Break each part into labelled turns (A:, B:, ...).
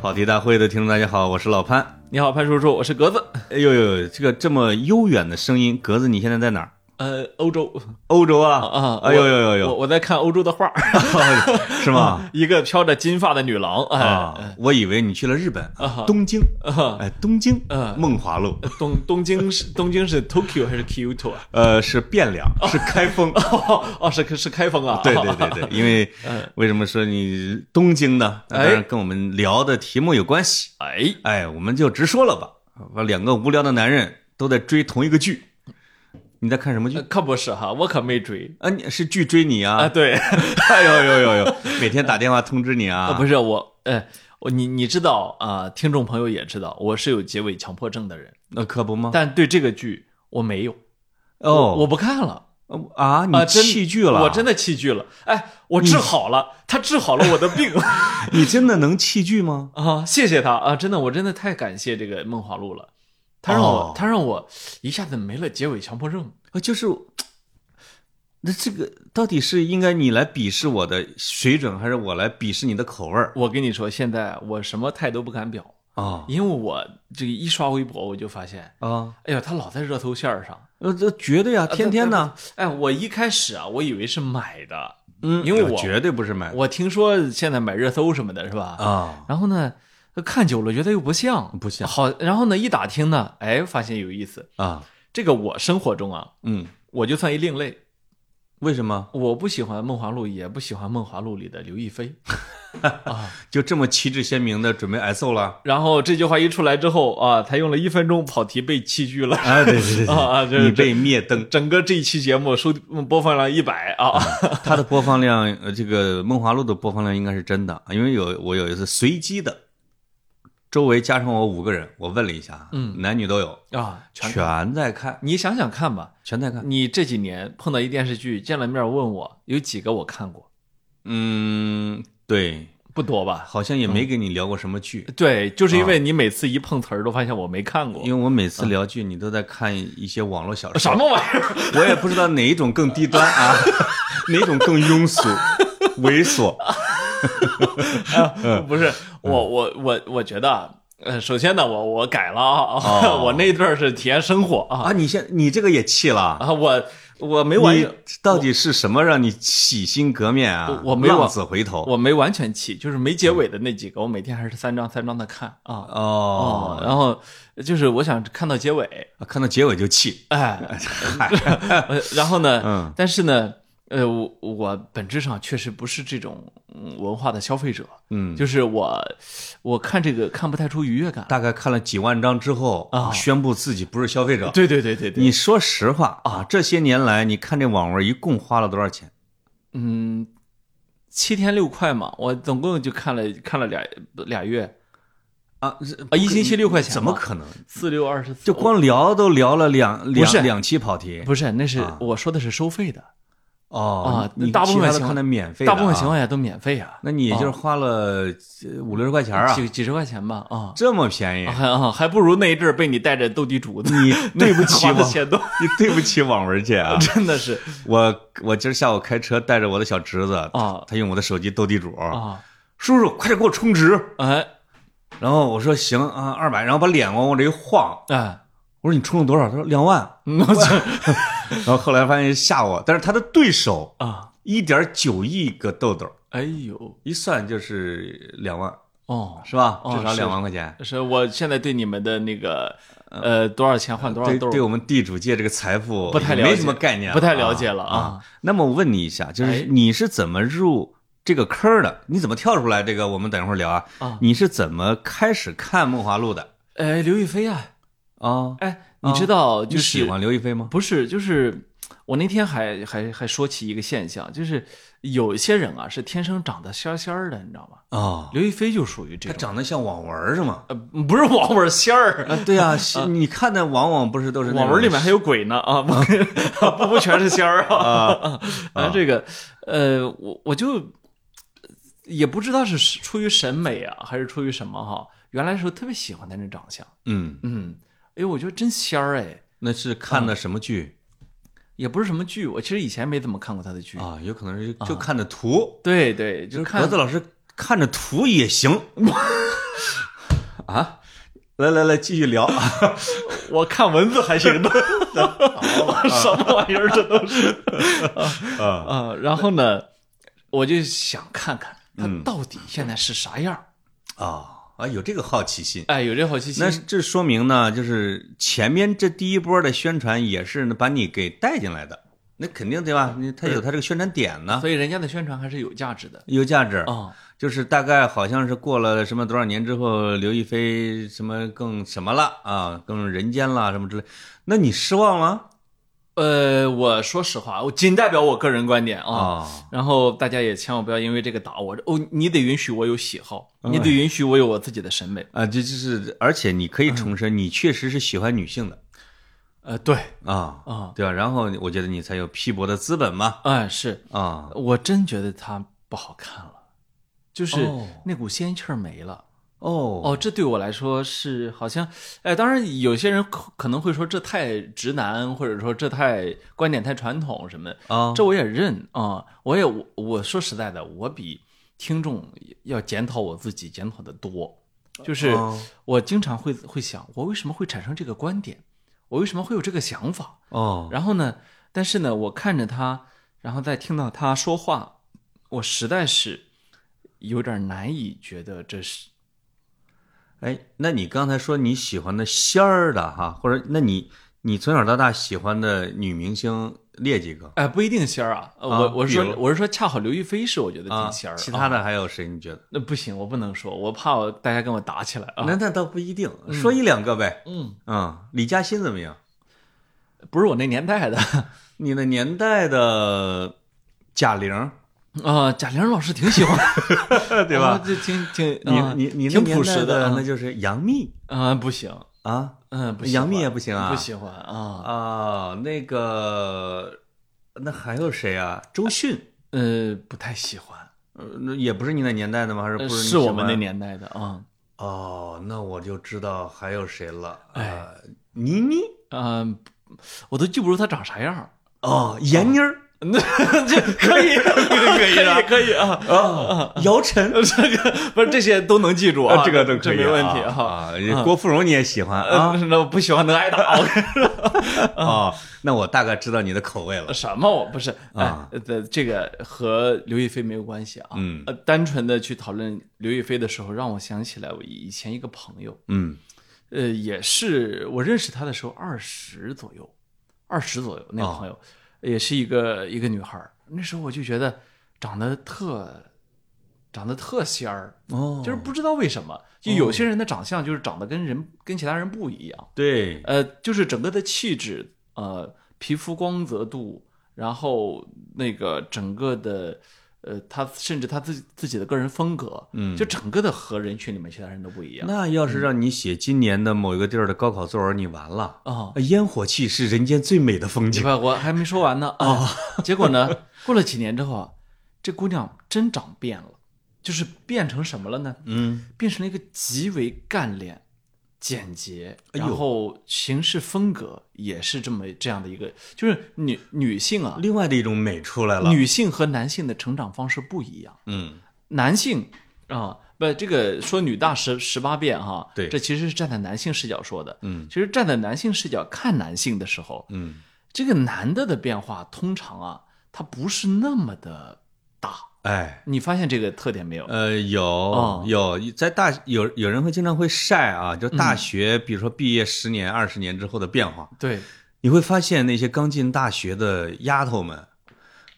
A: 跑题大会的听众大家好，我是老潘。
B: 你好，潘叔叔，我是格子。
A: 哎呦呦，这个这么悠远的声音，格子，你现在在哪儿？
B: 呃，欧洲
A: 欧洲啊
B: 啊，
A: 哎呦呦呦
B: 我
A: 呦，
B: 我在看欧洲的画，
A: 是吗？
B: 一个飘着金发的女郎，哎，
A: 啊，我以为你去了日本
B: 啊，
A: 东京，
B: 啊
A: 哎，东京
B: 啊，
A: 梦华路，
B: 东东京是东京是 Tokyo 还是 Kyoto 啊？
A: 呃，是汴梁，是开封。
B: 哦，哦是是开封 啊？
A: 对对对对，因为为什么说你东京呢？那当然
B: 嗯哎
A: 跟我们聊的题目有关系。
B: 哎，
A: 哎，我们就直说了吧。把两个无聊的男人都在追同一个剧，你在看什么剧？
B: 呃可不是哈，我可没追
A: 啊，你是剧追你
B: 啊。
A: 啊？
B: 对，
A: 哎呦呦呦呦，每天打电话通知你啊？
B: 不是我，哎，我你你知道啊，听众朋友也知道，我是有结尾强迫症的人，
A: 那呃可不吗？
B: 但对这个剧我没有，我
A: 哦
B: 我不看了。
A: 啊，你
B: 啊，真
A: 弃剧了？
B: 我真的弃剧了。哎，我治好了，他治好了我的 病
A: 你真的能弃剧吗？
B: 啊！谢谢他啊，真的，我真的太感谢这个梦华录了，他让我、
A: 哦
B: 他让我一下子没了结尾强迫症。
A: 啊，就是。那这个到底是应该你来鄙视我的水准，还是我来鄙视你的口味儿
B: 我跟你说，现在我什么态都不敢表，
A: 啊
B: 因为我这个一刷微博，我就发现，
A: 啊？
B: 哎呀，他老在热搜线儿上。
A: 呃，这绝对啊，天天呢，
B: 哎，我一开始啊，我以为是买的，
A: 嗯
B: 因为我
A: 绝对不是买的
B: 我听说现在买热搜什么的，是吧？
A: 啊，
B: 然后呢，看久了觉得又不像，
A: 不像
B: 好。然后呢，一打听呢，哎，发现有意思。
A: 啊，
B: 这个我生活中啊，
A: 嗯，
B: 我就算一另类，
A: 为什么
B: 我不喜欢《梦华录》，也不喜欢《梦华录》里的刘亦 菲啊。
A: 就这么旗帜鲜明的准备挨揍了？
B: 然后这句话一出来之后啊，他用了一分钟跑题被弃剧了
A: 啊，对对
B: 啊啊！这
A: 你被灭灯。
B: 整整个这一期节目收播放量一百啊，
A: 它的播放量，呃，这个《梦华录》的播放量应该是真的，因为有我有一次随机的，周围加上我五个人，我问了一下，
B: 嗯，
A: 男女都有，
B: 啊，全
A: 全在看，
B: 你想想看吧，
A: 全在看，
B: 你这几年碰到一电视剧，见了面问我有几个我看过，
A: 嗯，对，
B: 不多吧？啊
A: 好像也没跟你聊过什么剧，
B: 对，就是因为你每次一碰瓷儿，都发现我没看过
A: 因为我每次聊剧，你都在看一些网络小
B: 什
A: 说，
B: 么玩意 儿
A: 我也不知道哪一种更低端 啊，哪种更庸俗、猥琐，
B: 啊！不是我，我，我，我觉得啊，呃，首先呢，我我改了啊，
A: 哦
B: 我那一段是体验生活啊
A: 啊，你现你这个也气了，
B: 啊，我我没完
A: 你，到底是什么让你洗心革面啊？
B: 我我没有
A: 浪子回头。
B: 我没完全弃，就是没结尾的那几个，我每天还是三张三张的看啊
A: 哦，
B: 然后就是我想看到结 尾，
A: 看到结尾就气，
B: 哎，呃 然后呢
A: 嗯，
B: 但是呢。呃，我我本质上确实不是这种嗯文化的消费者，
A: 嗯，
B: 就是我，我看这个看不太出愉悦感。
A: 大概看了几万章之后
B: 啊
A: 宣布自己不是消费者。
B: 对对对对对，
A: 你说实话啊，这些年来你看这网文一共花了多少钱？
B: 嗯，七天六块嘛，我总共就看了看了俩俩月
A: 啊，这
B: 啊，一星期六块钱嘛，
A: 怎么可能？
B: 四六二十四？
A: 就光聊都聊了两
B: 不是
A: 两两期跑题
B: 不是，那是
A: 啊
B: 我说的是收费的，
A: 哦
B: 啊
A: 你
B: 大部分
A: 其他
B: 情
A: 的
B: 况
A: 看的免费的
B: 大
A: 啊，
B: 部分情况下都免费啊，
A: 那你也就是花了呃五六十块钱啊，
B: 几几十块钱吧啊，
A: 这么便宜，
B: 还啊还不如那一阵儿被你带着斗地主的，
A: 你对不起
B: 花的
A: 网，
B: 钱多，！
A: 你对不起网文界啊
B: 真的是
A: 我我今儿下午开车带着我的小侄子
B: 啊
A: 他用我的手机斗地主，
B: 啊
A: 叔叔快点给我充值。
B: 哎
A: 然后我说行啊，二百，然后把脸往我这一晃，
B: 哎，
A: 我说你充了多少？他说两万。
B: 嗯我操
A: 然后后来发现吓我，但是他的对手
B: 啊
A: 一点九亿个豆豆，
B: 哎呦
A: 一算就是两万，
B: 哦。
A: 是吧？
B: 哦
A: 至少
B: 是
A: 两万块钱。
B: 是我现在对你们的那个呃多少钱换多少
A: 对，
B: 豆儿
A: 对我们地主界这个财富
B: 不太
A: 也
B: 了
A: 没
B: 解
A: 什么概念，
B: 不太了解了
A: 啊
B: 啊。
A: 那么我问你一下，就
B: 哎
A: 是你是怎么入这个坑儿的？你怎么跳出来？这个我们等一会儿聊啊。
B: 啊
A: 你是怎么开始看《梦华录》的
B: 哎，刘亦菲啊，
A: 啊？
B: 哎，
A: 啊
B: 你知道就
A: 你
B: 是
A: 喜欢刘亦菲吗？
B: 不是就是我那天还还还说起一个现象，就是有一些人啊是天生长得仙儿仙儿的，你知道吗？
A: 啊，
B: 刘亦菲就属于这
A: 她
B: 种，
A: 长得像网文儿是吗？
B: 呃， 不是网文仙儿，
A: 啊，对啊，是你看的往往不是都是那
B: 网文里面还有鬼呢啊，不 不不全是仙儿 啊。啊，这个呃，我我就也不知道是出于审美啊，还是出于什么哈。原来的时候特别喜欢她那长相，
A: 嗯，
B: 嗯，哎呦，我觉得真仙儿哎。
A: 那是看的什么剧
B: 也不是什么剧，我其实以前没怎么看过他的剧。
A: 啊？有可能是就看的图，
B: 对对，
A: 就
B: 哦就是看
A: 格子老师看着图也行。 啊，来来来，继续 聊。啊
B: 我看文字还行的， 什么玩意儿这都是
A: 啊，
B: 啊。然后呢，我就想看看它到底现在是啥样儿。
A: 啊啊，有这个好奇心。
B: 哎，有这好奇心
A: 那，这说明呢，就是前面这第一波的宣传也是把你给带进来的，那肯定对吧？你他有他这个宣传点呢，
B: 所以人家的宣传还是有价值的
A: 有价值。
B: 啊。
A: 就是大概好像是过了什么多少年之后，刘亦菲什么更什么了啊，更人间了什么之类，那你失望了
B: 呃，我说实话，我仅代表我个人观点
A: 啊、
B: 啊。然后大家也千万不要因为这个打我哦，你得允许我有喜好，你得允许我有我自己的审美。
A: 啊，这就是，而且你可以重申，
B: 嗯
A: 你确实是喜欢女性的
B: 呃，对
A: 啊，
B: 啊，
A: 对吧？然后我觉得你才有批驳的资本嘛
B: 哎、是
A: 啊，
B: 我真觉得它不好看了，就是
A: 哦
B: 那股仙气儿没了。
A: 哦
B: 哦，这对我来说是好像，哎，当然有些人可可能会说这太直男，或者说这太观点太传统什么的，
A: 啊，
B: 哦这我也认啊、我也我我说实在的，我比听众要检讨我自己，检讨的多。就是
A: 哦
B: 我经常会会想，我为什么会产生这个观点，我为什么会有这个想法？
A: 哦
B: 然后呢，但是呢，我看着他，然后再听到他说话，我实在是有点难以觉得这是
A: 哎，那你刚才说你喜欢的仙儿的哈，或者那你你从小到大喜欢的女明星列几个？
B: 哎，不一定仙儿啊，呃
A: 啊
B: 我我是
A: 比
B: 说
A: 如
B: 我是说，恰好刘亦菲是我觉得
A: 啊，
B: 挺仙儿、
A: 其他
B: 啊
A: 的还有谁？你觉得？
B: 那不行，我不能说，我怕我大家跟我打起来啊。
A: 那那倒不一定，说一两个呗。
B: 嗯，
A: 嗯，李嘉欣怎么样？
B: 不是我那年代的
A: 你的年代的贾玲，
B: 啊，贾玲老师挺喜欢，
A: 呃对吧
B: 啊？这挺挺
A: 你
B: 啊
A: 你你那
B: 挺
A: 年
B: 朴
A: 代
B: 实
A: 的
B: 啊
A: 那就是杨幂
B: 啊，不行，
A: 啊
B: 嗯，不喜
A: 杨
B: 欢
A: 幂也不行啊
B: 不喜欢啊，
A: 啊，那个那还有谁啊？周迅，
B: 呃，不太喜欢，
A: 呃，那也不是你那年代的吗？还是
B: 呃
A: 不你
B: 是我们
A: 喜
B: 那
A: 欢
B: 年代的啊，
A: 哦，那我就知道还有谁了。
B: 哎
A: 呃，倪妮
B: 嗯，我都记不住她长啥样儿，
A: 哦，闫妮儿
B: 那这可以，可以，
A: 啊
B: 可以 啊，
A: 啊，姚晨
B: 呃这个不是这些都能记住啊，
A: 呃这个都可以，
B: 没问题哈。
A: 啊。啊郭芙蓉你也喜欢
B: 呃
A: 啊，
B: 那我不喜欢能挨打，我跟你
A: 哦，那我大概知道你的口味了
B: 说。什么我不是
A: 啊
B: 哎，这这个和刘亦菲没有关系啊。
A: 嗯
B: 呃，单纯的去讨论刘亦菲的时候，让我想起来我以前一个朋友，
A: 嗯
B: 呃，也是我认识她的时候二十左右，二十左右那个
A: 哦
B: 朋友，也是一个一个女孩儿。那时候我就觉得长得特，长得特仙儿，
A: 哦
B: 就是不知道为什么，就有
A: 嗯
B: 些人的长相就是长得跟人跟其他人不一样，
A: 对，
B: 呃，就是整个的气质，呃，皮肤光泽度，然后那个整个的。呃，他甚至他自己自己的个人风格，
A: 嗯
B: 就整个的和人群里面其他人都不一样啊、
A: 那要是让你写今年的某一个地儿的高考作文，你完了。烟火气是人间最美的风
B: 对
A: 景。
B: 吧？哦我还没说完呢啊、
A: 哦
B: 结果呢，过了几年之后啊，这姑娘真长变了，就是变成什么了呢？
A: 嗯，
B: 变成了一个极为干练、简洁，
A: 哎呦
B: 然后行事风格也是这么这样的一个，就是女女性啊，
A: 另外的一种美出来了。
B: 女性和男性的成长方式不一样。
A: 嗯，
B: 男性啊，不，这个说女大十十八变哈，
A: 对
B: 这其实是站在男性视角说的。
A: 嗯
B: 其实站在男性视角看男性的时候，
A: 嗯，
B: 这个男的的变化通常啊，他不是那么的大。
A: 哎，
B: 你发现这个特点没有？
A: 呃，有、
B: 哦
A: 有，在大有有人会经常会晒啊，就大学，比如说毕业十年、二十年之后的变化，
B: 对，
A: 你会发现那些刚进大学的丫头们，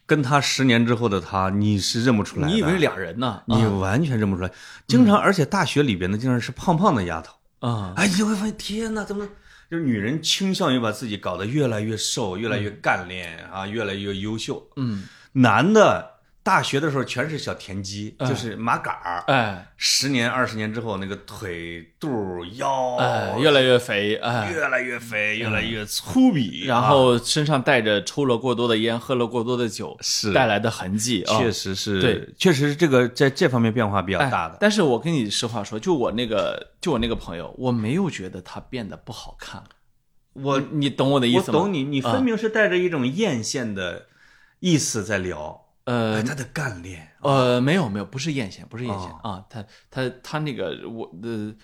A: 跟她十年之后的她，你是认不出来的。
B: 你以为俩人呢？
A: 你完全认不出来，经
B: 嗯
A: 常而且大学里边呢，经常是胖胖的丫头。
B: 啊，
A: 哎，你就会发现，天哪，怎么就是女人倾向于把自己搞得越来越瘦，越来越干练、啊，越来越优秀。
B: 嗯，
A: 男的大学的时候全是小田鸡，
B: 嗯
A: 就是马杆儿。
B: 哎，
A: 十年二十年之后，那个腿肚腰、
B: 哎，越来越肥，哎，
A: 哦越来越肥，越来越粗鄙，
B: 然
A: 啊
B: 后身上带着抽了过多的烟，喝了过多的酒，
A: 是
B: 带来的痕迹啊。
A: 确实是，
B: 对，
A: 确实是这个在这方面变化比较
B: 哎
A: 大的。
B: 但是我跟你实话说，就我那个，就我那个朋友，我没有觉得他变得不好看。
A: 我
B: 你懂我的意
A: 我
B: 思吗？
A: 懂你，你分明是带着一种艳羡的意思在聊，
B: 呃
A: 哎，他的干练，
B: 呃，没有没有，不是艳羡，不是艳羡、
A: 哦
B: 啊，他他他那个我呃的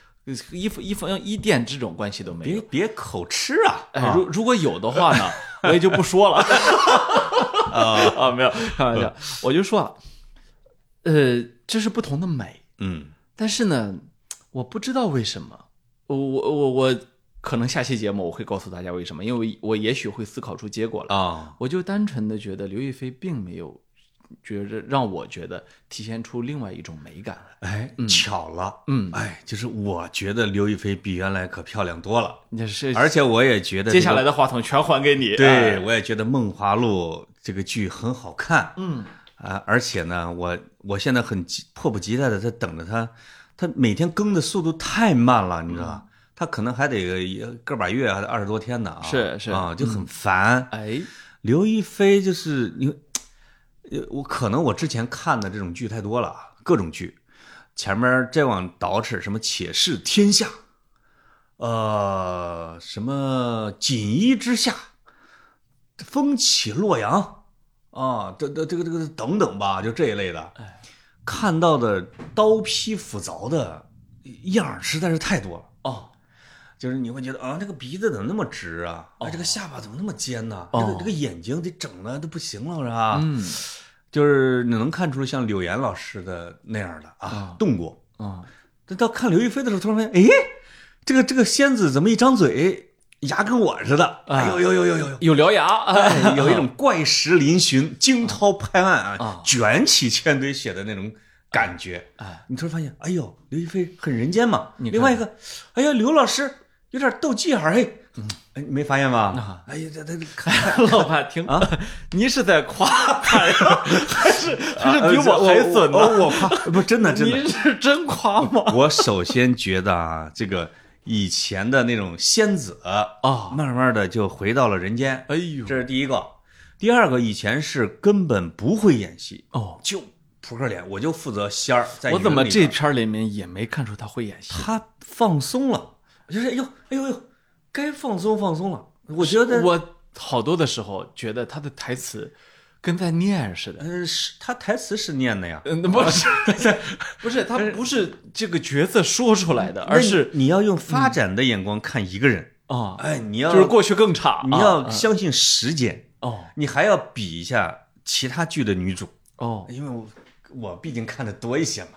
B: 一分一分呃一点这种关系都没
A: 别
B: 有。
A: 别口吃啊！
B: 哎，如如果有的 话呢，我也就不说了。啊啊，没有开玩笑，我就说了，呃，这是不同的美，
A: 嗯
B: 但是呢，我不知道为什么，我我我我可能下期节目我会告诉大家为什么，因为我也许会思考出结果来。
A: 啊，
B: 我就单纯的觉得刘亦菲并没有觉着让我觉得体现出另外一种美感。
A: 哎，巧了，
B: 嗯，
A: 哎，就是我觉得刘亦菲比原来可漂亮多了，
B: 那是
A: 而且我也觉得
B: 接下来
A: 的，
B: 的话筒全还给你。
A: 对
B: 哎，
A: 我也觉得《梦华录》这个剧很好看，
B: 嗯，
A: 啊，而且呢，我我现在很急迫不及待的在等着他，他每天更的速度太慢了，你知道
B: 嗯
A: 吧？他可能还得一个把月，还得二十多天呢啊！
B: 是是
A: 啊，就很烦。
B: 哎，
A: 刘亦菲就是你，呃，我可能我之前看的这种剧太多了啊，各种剧，前面再往倒饬什么《且试天下》，呃，什么《锦衣之下》，风起洛阳啊，这这这个这个等等吧，就这一类的，看到的刀劈斧凿的样儿实在是太多了。
B: 哦，
A: 就是你会觉得啊，这个鼻子怎么那么直啊？啊，这个下巴怎么那么尖呢？
B: 哦
A: 这个这个眼睛得整的都不行了，是吧？
B: 嗯，
A: 就是你能看出像柳岩老师的那样的啊、动过。
B: 啊，
A: 但到看刘亦菲的时候，突然发现，哎，这个这个仙子怎么一张嘴牙跟我似的？
B: 啊
A: 哎呦呦呦呦呦呦！
B: 有獠牙，哎
A: 哎有一 种怪石嶙峋、惊涛拍岸啊，
B: 啊
A: 卷起千堆雪的那种感觉。
B: 哎，
A: 你突然发现，哎呦，刘亦菲很人间嘛。
B: 你看
A: 另外一个，哎呀，刘老师有点斗技儿，嘿，哎，你没发现吗
B: 嗯啊？
A: 哎呀，这这 这看
B: 老板听啊，你是在夸他呀，还是还是
A: 啊
B: 比 我还损呢？
A: 哦我夸，不，真的真的，
B: 你是真夸吗？
A: 我首先觉得啊，这个以前的那种仙子
B: 啊
A: 慢慢的就回到了人间。
B: 哎呦
A: 这是第一个。第二个，以前是根本不会演戏，
B: 哦，
A: 就扑克脸，我就负责仙儿。在
B: 我怎么
A: 云里边
B: 这片儿里面也没看出他会演戏？
A: 他放松了？就是哎呦哎呦哎呦，该放松放松了。我觉得
B: 我好多的时候觉得他的台词跟在念 似的。
A: 呃是他台词是念的呀，
B: 嗯，不是， 不是，他不是这个角色说出来的，而
A: 那
B: 是嗯
A: 你要用发展的眼光看一个人。
B: 啊，
A: 哎，你要
B: 就是过去更差。
A: 你
B: 啊
A: 要相信时间，
B: 哦
A: 你还要比一下其他剧的女主。
B: 哦，
A: 因为我我毕竟看的多一些嘛。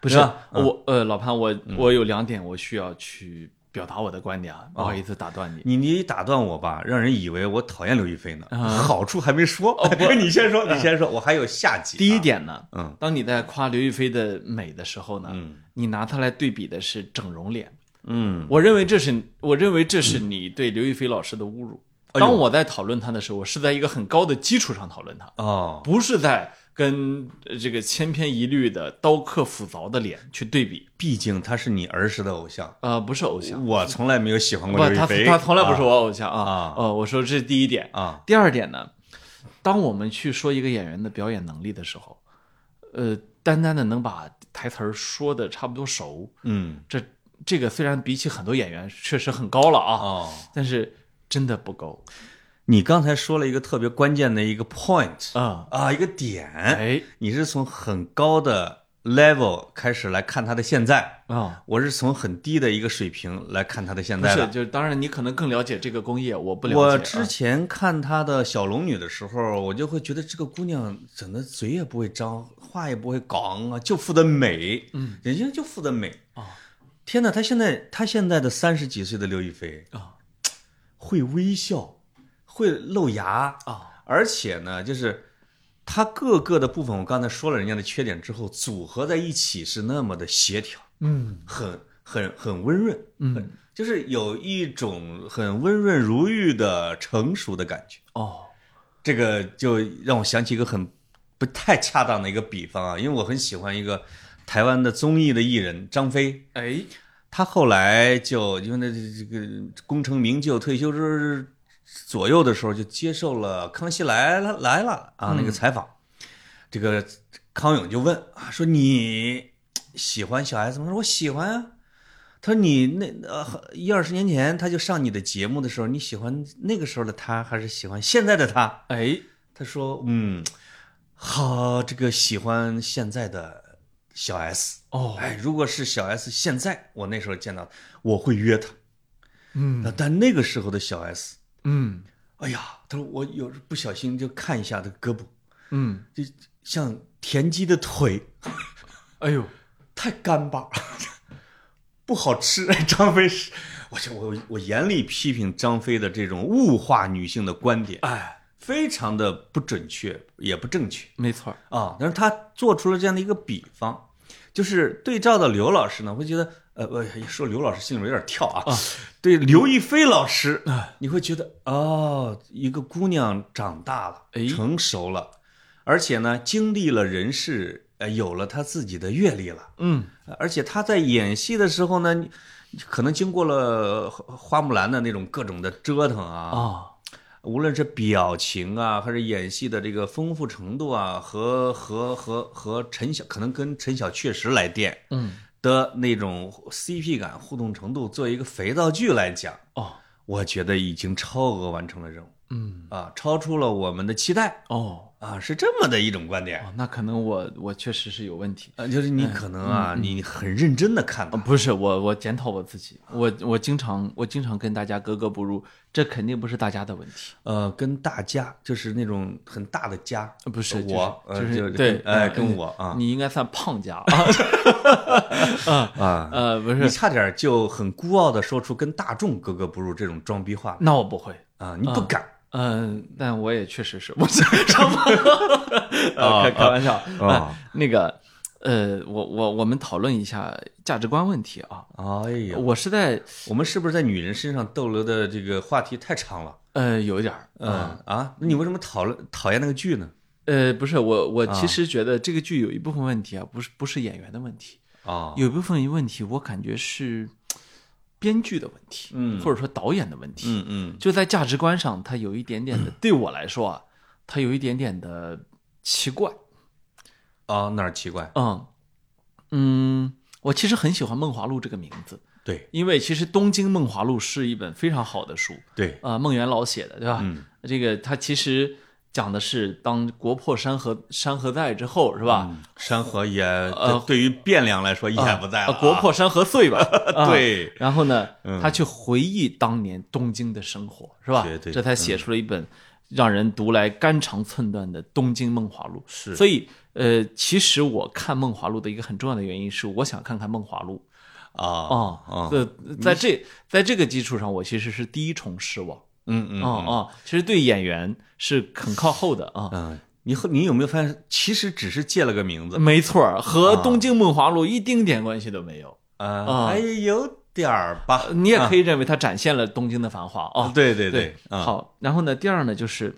B: 不是
A: 是嗯吧
B: 我呃，老潘，我我有两点我需要去表达我的观点
A: 哦
B: 啊，不好意思打断你。
A: 你你打断我吧，让人以为我讨厌刘亦菲呢。
B: 啊
A: 好处还没说， 你先说，你先说，我还有下集。
B: 哦第一
A: 啊，
B: 点呢，
A: 嗯
B: 当你在夸刘亦菲的美的时候呢，
A: 嗯
B: 你拿它来对比的是整容脸，
A: 嗯，
B: 我认为这是我认为这是你对刘亦菲老师的侮辱。
A: 哎呦
B: 当我在讨论她的时候，我是在一个很高的基础上讨论她，
A: 哦，
B: 不是在跟呃这个千篇一律的刀刻斧凿的脸去对比。
A: 毕竟她是你儿时的偶像，
B: 呃，不是偶像，
A: 我从来没有喜欢
B: 不，
A: 过刘
B: 他
A: 亦菲，
B: 他从来不是我偶像啊
A: 啊。
B: 呃，我说这是第一点。
A: 啊
B: 第二点呢，当我们去说一个演员的表演能力的时候，呃，单单的能把台词儿说的差不多熟，
A: 嗯
B: 这这个虽然比起很多演员确实很高了啊，
A: 哦，
B: 但是真的不够
A: 你刚才说了一个特别关键的一个 point
B: 啊。
A: 啊，一个点，
B: 哎
A: 你是从很高的 level 开始来看她的现在，
B: 啊，
A: 我是从很低的一个水平来看她的现
B: 不
A: 在
B: 是
A: 的，。
B: 就是当然你可能更了解这个工业，我不了解。啊
A: 我之前看她的《小龙女》的时候，我就会觉得这个姑娘整的嘴也不会张，话也不会讲啊，就负责美，嗯，人家就负责美
B: 啊。
A: 天哪，她现在她现在的三十几岁的刘亦菲
B: 啊，
A: 会微笑，会露牙
B: 啊，
A: 而且呢，就是她各个的部分，我刚才说了人家的缺点之后，组合在一起是那么的协调，
B: 嗯
A: 很很很温润，
B: 嗯
A: 就是有一种很温润如玉的成熟的感觉。
B: 哦
A: 这个就让我想起一个很不太恰当的一个比方啊，因为我很喜欢一个台湾的综艺的艺人张飞，
B: 哎
A: 他后来就因为那这个功成名就，退休之左右的时候就接受了《康熙来了》来了啊那个采访，这个康永就问啊说你喜欢小 S 吗？他说我喜欢啊。他说你那呃一二十年前他就上你的节目的时候，你喜欢那个时候的他还是喜欢现在的他？
B: 哎
A: 他说：“嗯，好，这个喜欢现在的小 S。
B: 哦，
A: 哎，如果是小 S 现在，我那时候见到，我会约她。
B: 嗯
A: 那但那个时候的小 S，
B: 嗯
A: 哎呀，他说我有时不小心就看一下这胳膊，
B: 嗯，
A: 就像田鸡的腿，
B: 哎呦，
A: 太干巴， 不好吃。 张飞是，我就我我严厉批评张飞的这种物化女性的观点，
B: 哎，
A: 非常的不准确，也不正确
B: 没错儿，
A: 啊。但是他做出了这样的一个比方，就是对照到刘老师呢，会觉得呃，我说刘老师心里面有点跳啊。 对刘亦菲老师，你会觉得哦，一个姑娘长大了，
B: 哎
A: 成熟了，而且呢，经历了人世，呃，有了她自己的阅历了。
B: 嗯
A: 而且他在演戏的时候呢，你可能经过了花花木兰的那种各种的折腾啊，
B: 啊，
A: 无论是表情啊，还是演戏的这个丰富程度啊，和和和和陈晓，可能跟陈晓确实来电
B: 嗯
A: 的那种 CP 感、互动程度，作为一个肥皂剧来讲，
B: 哦，
A: 我觉得已经超额完成了任务
B: 嗯
A: 啊，超出了我们的期待
B: 哦。
A: 啊，是这么的一种观点。
B: 哦，那可能我我确实是有问题
A: 呃，就是你可能啊，你很认真的看
B: 啊，
A: 它，
B: 不是我我检讨我自己，我我经常我经常跟大家格格不入，这肯定不是大家的问题，
A: 呃，跟大家就是那种很大的家，
B: 呃不是
A: 我，
B: 就
A: 呃
B: 是就是
A: 就
B: 对
A: 哎，
B: 嗯
A: 跟我啊
B: 你应该算胖家
A: 啊，
B: 呃，不
A: 你
B: 是，
A: 差点就很孤傲的说出跟大众格格不入这种装逼话
B: 那我不会，
A: 啊，你不敢
B: 嗯、但我也确实是，我上 班
A: 哦
B: 啊，开开玩笑啊，那个，呃，我我我们讨论一下价值观问题啊，
A: 哎呀，
B: 我是在
A: 我们是不是在女人身上逗留的这个话题太长了？
B: 呃有一点儿，
A: 嗯啊，那你为什么讨论讨厌那个剧呢？
B: 呃，不是我我
A: 嗯
B: 其实觉得这个剧有一部分问题啊，不是不是演员的问题，
A: 啊，
B: 有一部分问题我感觉是编剧的问题，
A: 嗯
B: 或者说导演的问题，
A: 嗯嗯
B: 就在价值观上，它有一点点的，对我来说啊，它有一点点的奇怪。
A: 啊，哪儿奇怪？
B: 嗯嗯，我其实很喜欢《梦华录》这个名字，
A: 对
B: 因为其实《东京梦华录》是一本非常好的书，
A: 对，
B: 啊，孟元老写的，对吧？
A: 嗯
B: 这个它其实讲的是当国破山河山河在之后，是吧？
A: 嗯山河也对于汴梁来说也不在了
B: 啊
A: 啊，。
B: 呃国破山河碎吧 啊
A: 对
B: 然后呢，他去回忆当年东京的生活，是吧
A: 嗯绝？对
B: 这才写出了一本让人读来肝肠寸断的《东京梦华录》。
A: 是
B: 所以呃，其实我看《梦华录》的一个很重要的原因是，我想看看《梦华录》
A: 啊，
B: 啊。
A: 啊
B: 呃，在这在这个基础上，我其实是第一重失望。
A: 嗯嗯
B: 啊啊、其实对演员是很靠后的啊。
A: 嗯，你后你有没有发现，其实只是借了个名字
B: 没错儿，和《东京梦华录》一丁点关系都没有。
A: 啊
B: 啊
A: 还有点儿吧。
B: 你也可以认为它展现了东京的繁华啊。
A: 对对
B: 嗯对，
A: 啊，
B: 好。然后呢，第二呢，就是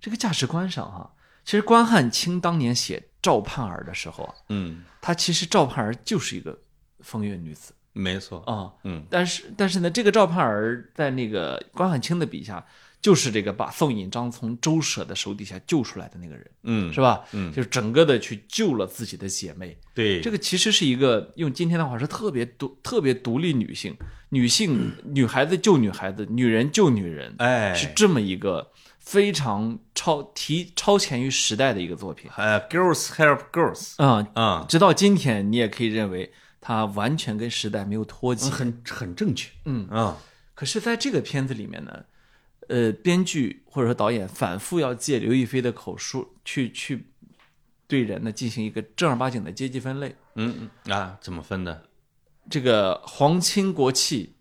B: 这个价值观上哈、其实关汉卿当年写赵盼儿的时候啊，
A: 嗯，
B: 他其实赵盼儿就是一个风月女子
A: 没错，
B: 啊。
A: 嗯，
B: 但是但是呢，这个赵盼儿在那个关汉卿的笔下，就是这个把宋引章从周舍的手底下救出来的那个人，
A: 嗯，
B: 是吧？
A: 嗯
B: 就是整个的去救了自己的姐妹。
A: 对，
B: 这
A: 个
B: 个其实是一个用今天的话说，特别独、特别独立女性，女性女孩子救女孩子，女人救女人，
A: 哎
B: 是这么一个非常超提超前于时代的一个作品
A: 呃，girls help girls
B: 啊、
A: 啊，
B: 直到今天，你也可以认为它完全跟时代没有脱节。
A: 很很正确，
B: 嗯
A: 啊，
B: 可是，在这个片子里面呢，呃，编剧或者说导演反复要借刘亦菲的口述去去对人呢进行一个正儿八经的阶级分类。
A: 嗯嗯啊，怎么分的？
B: 这个皇亲国戚、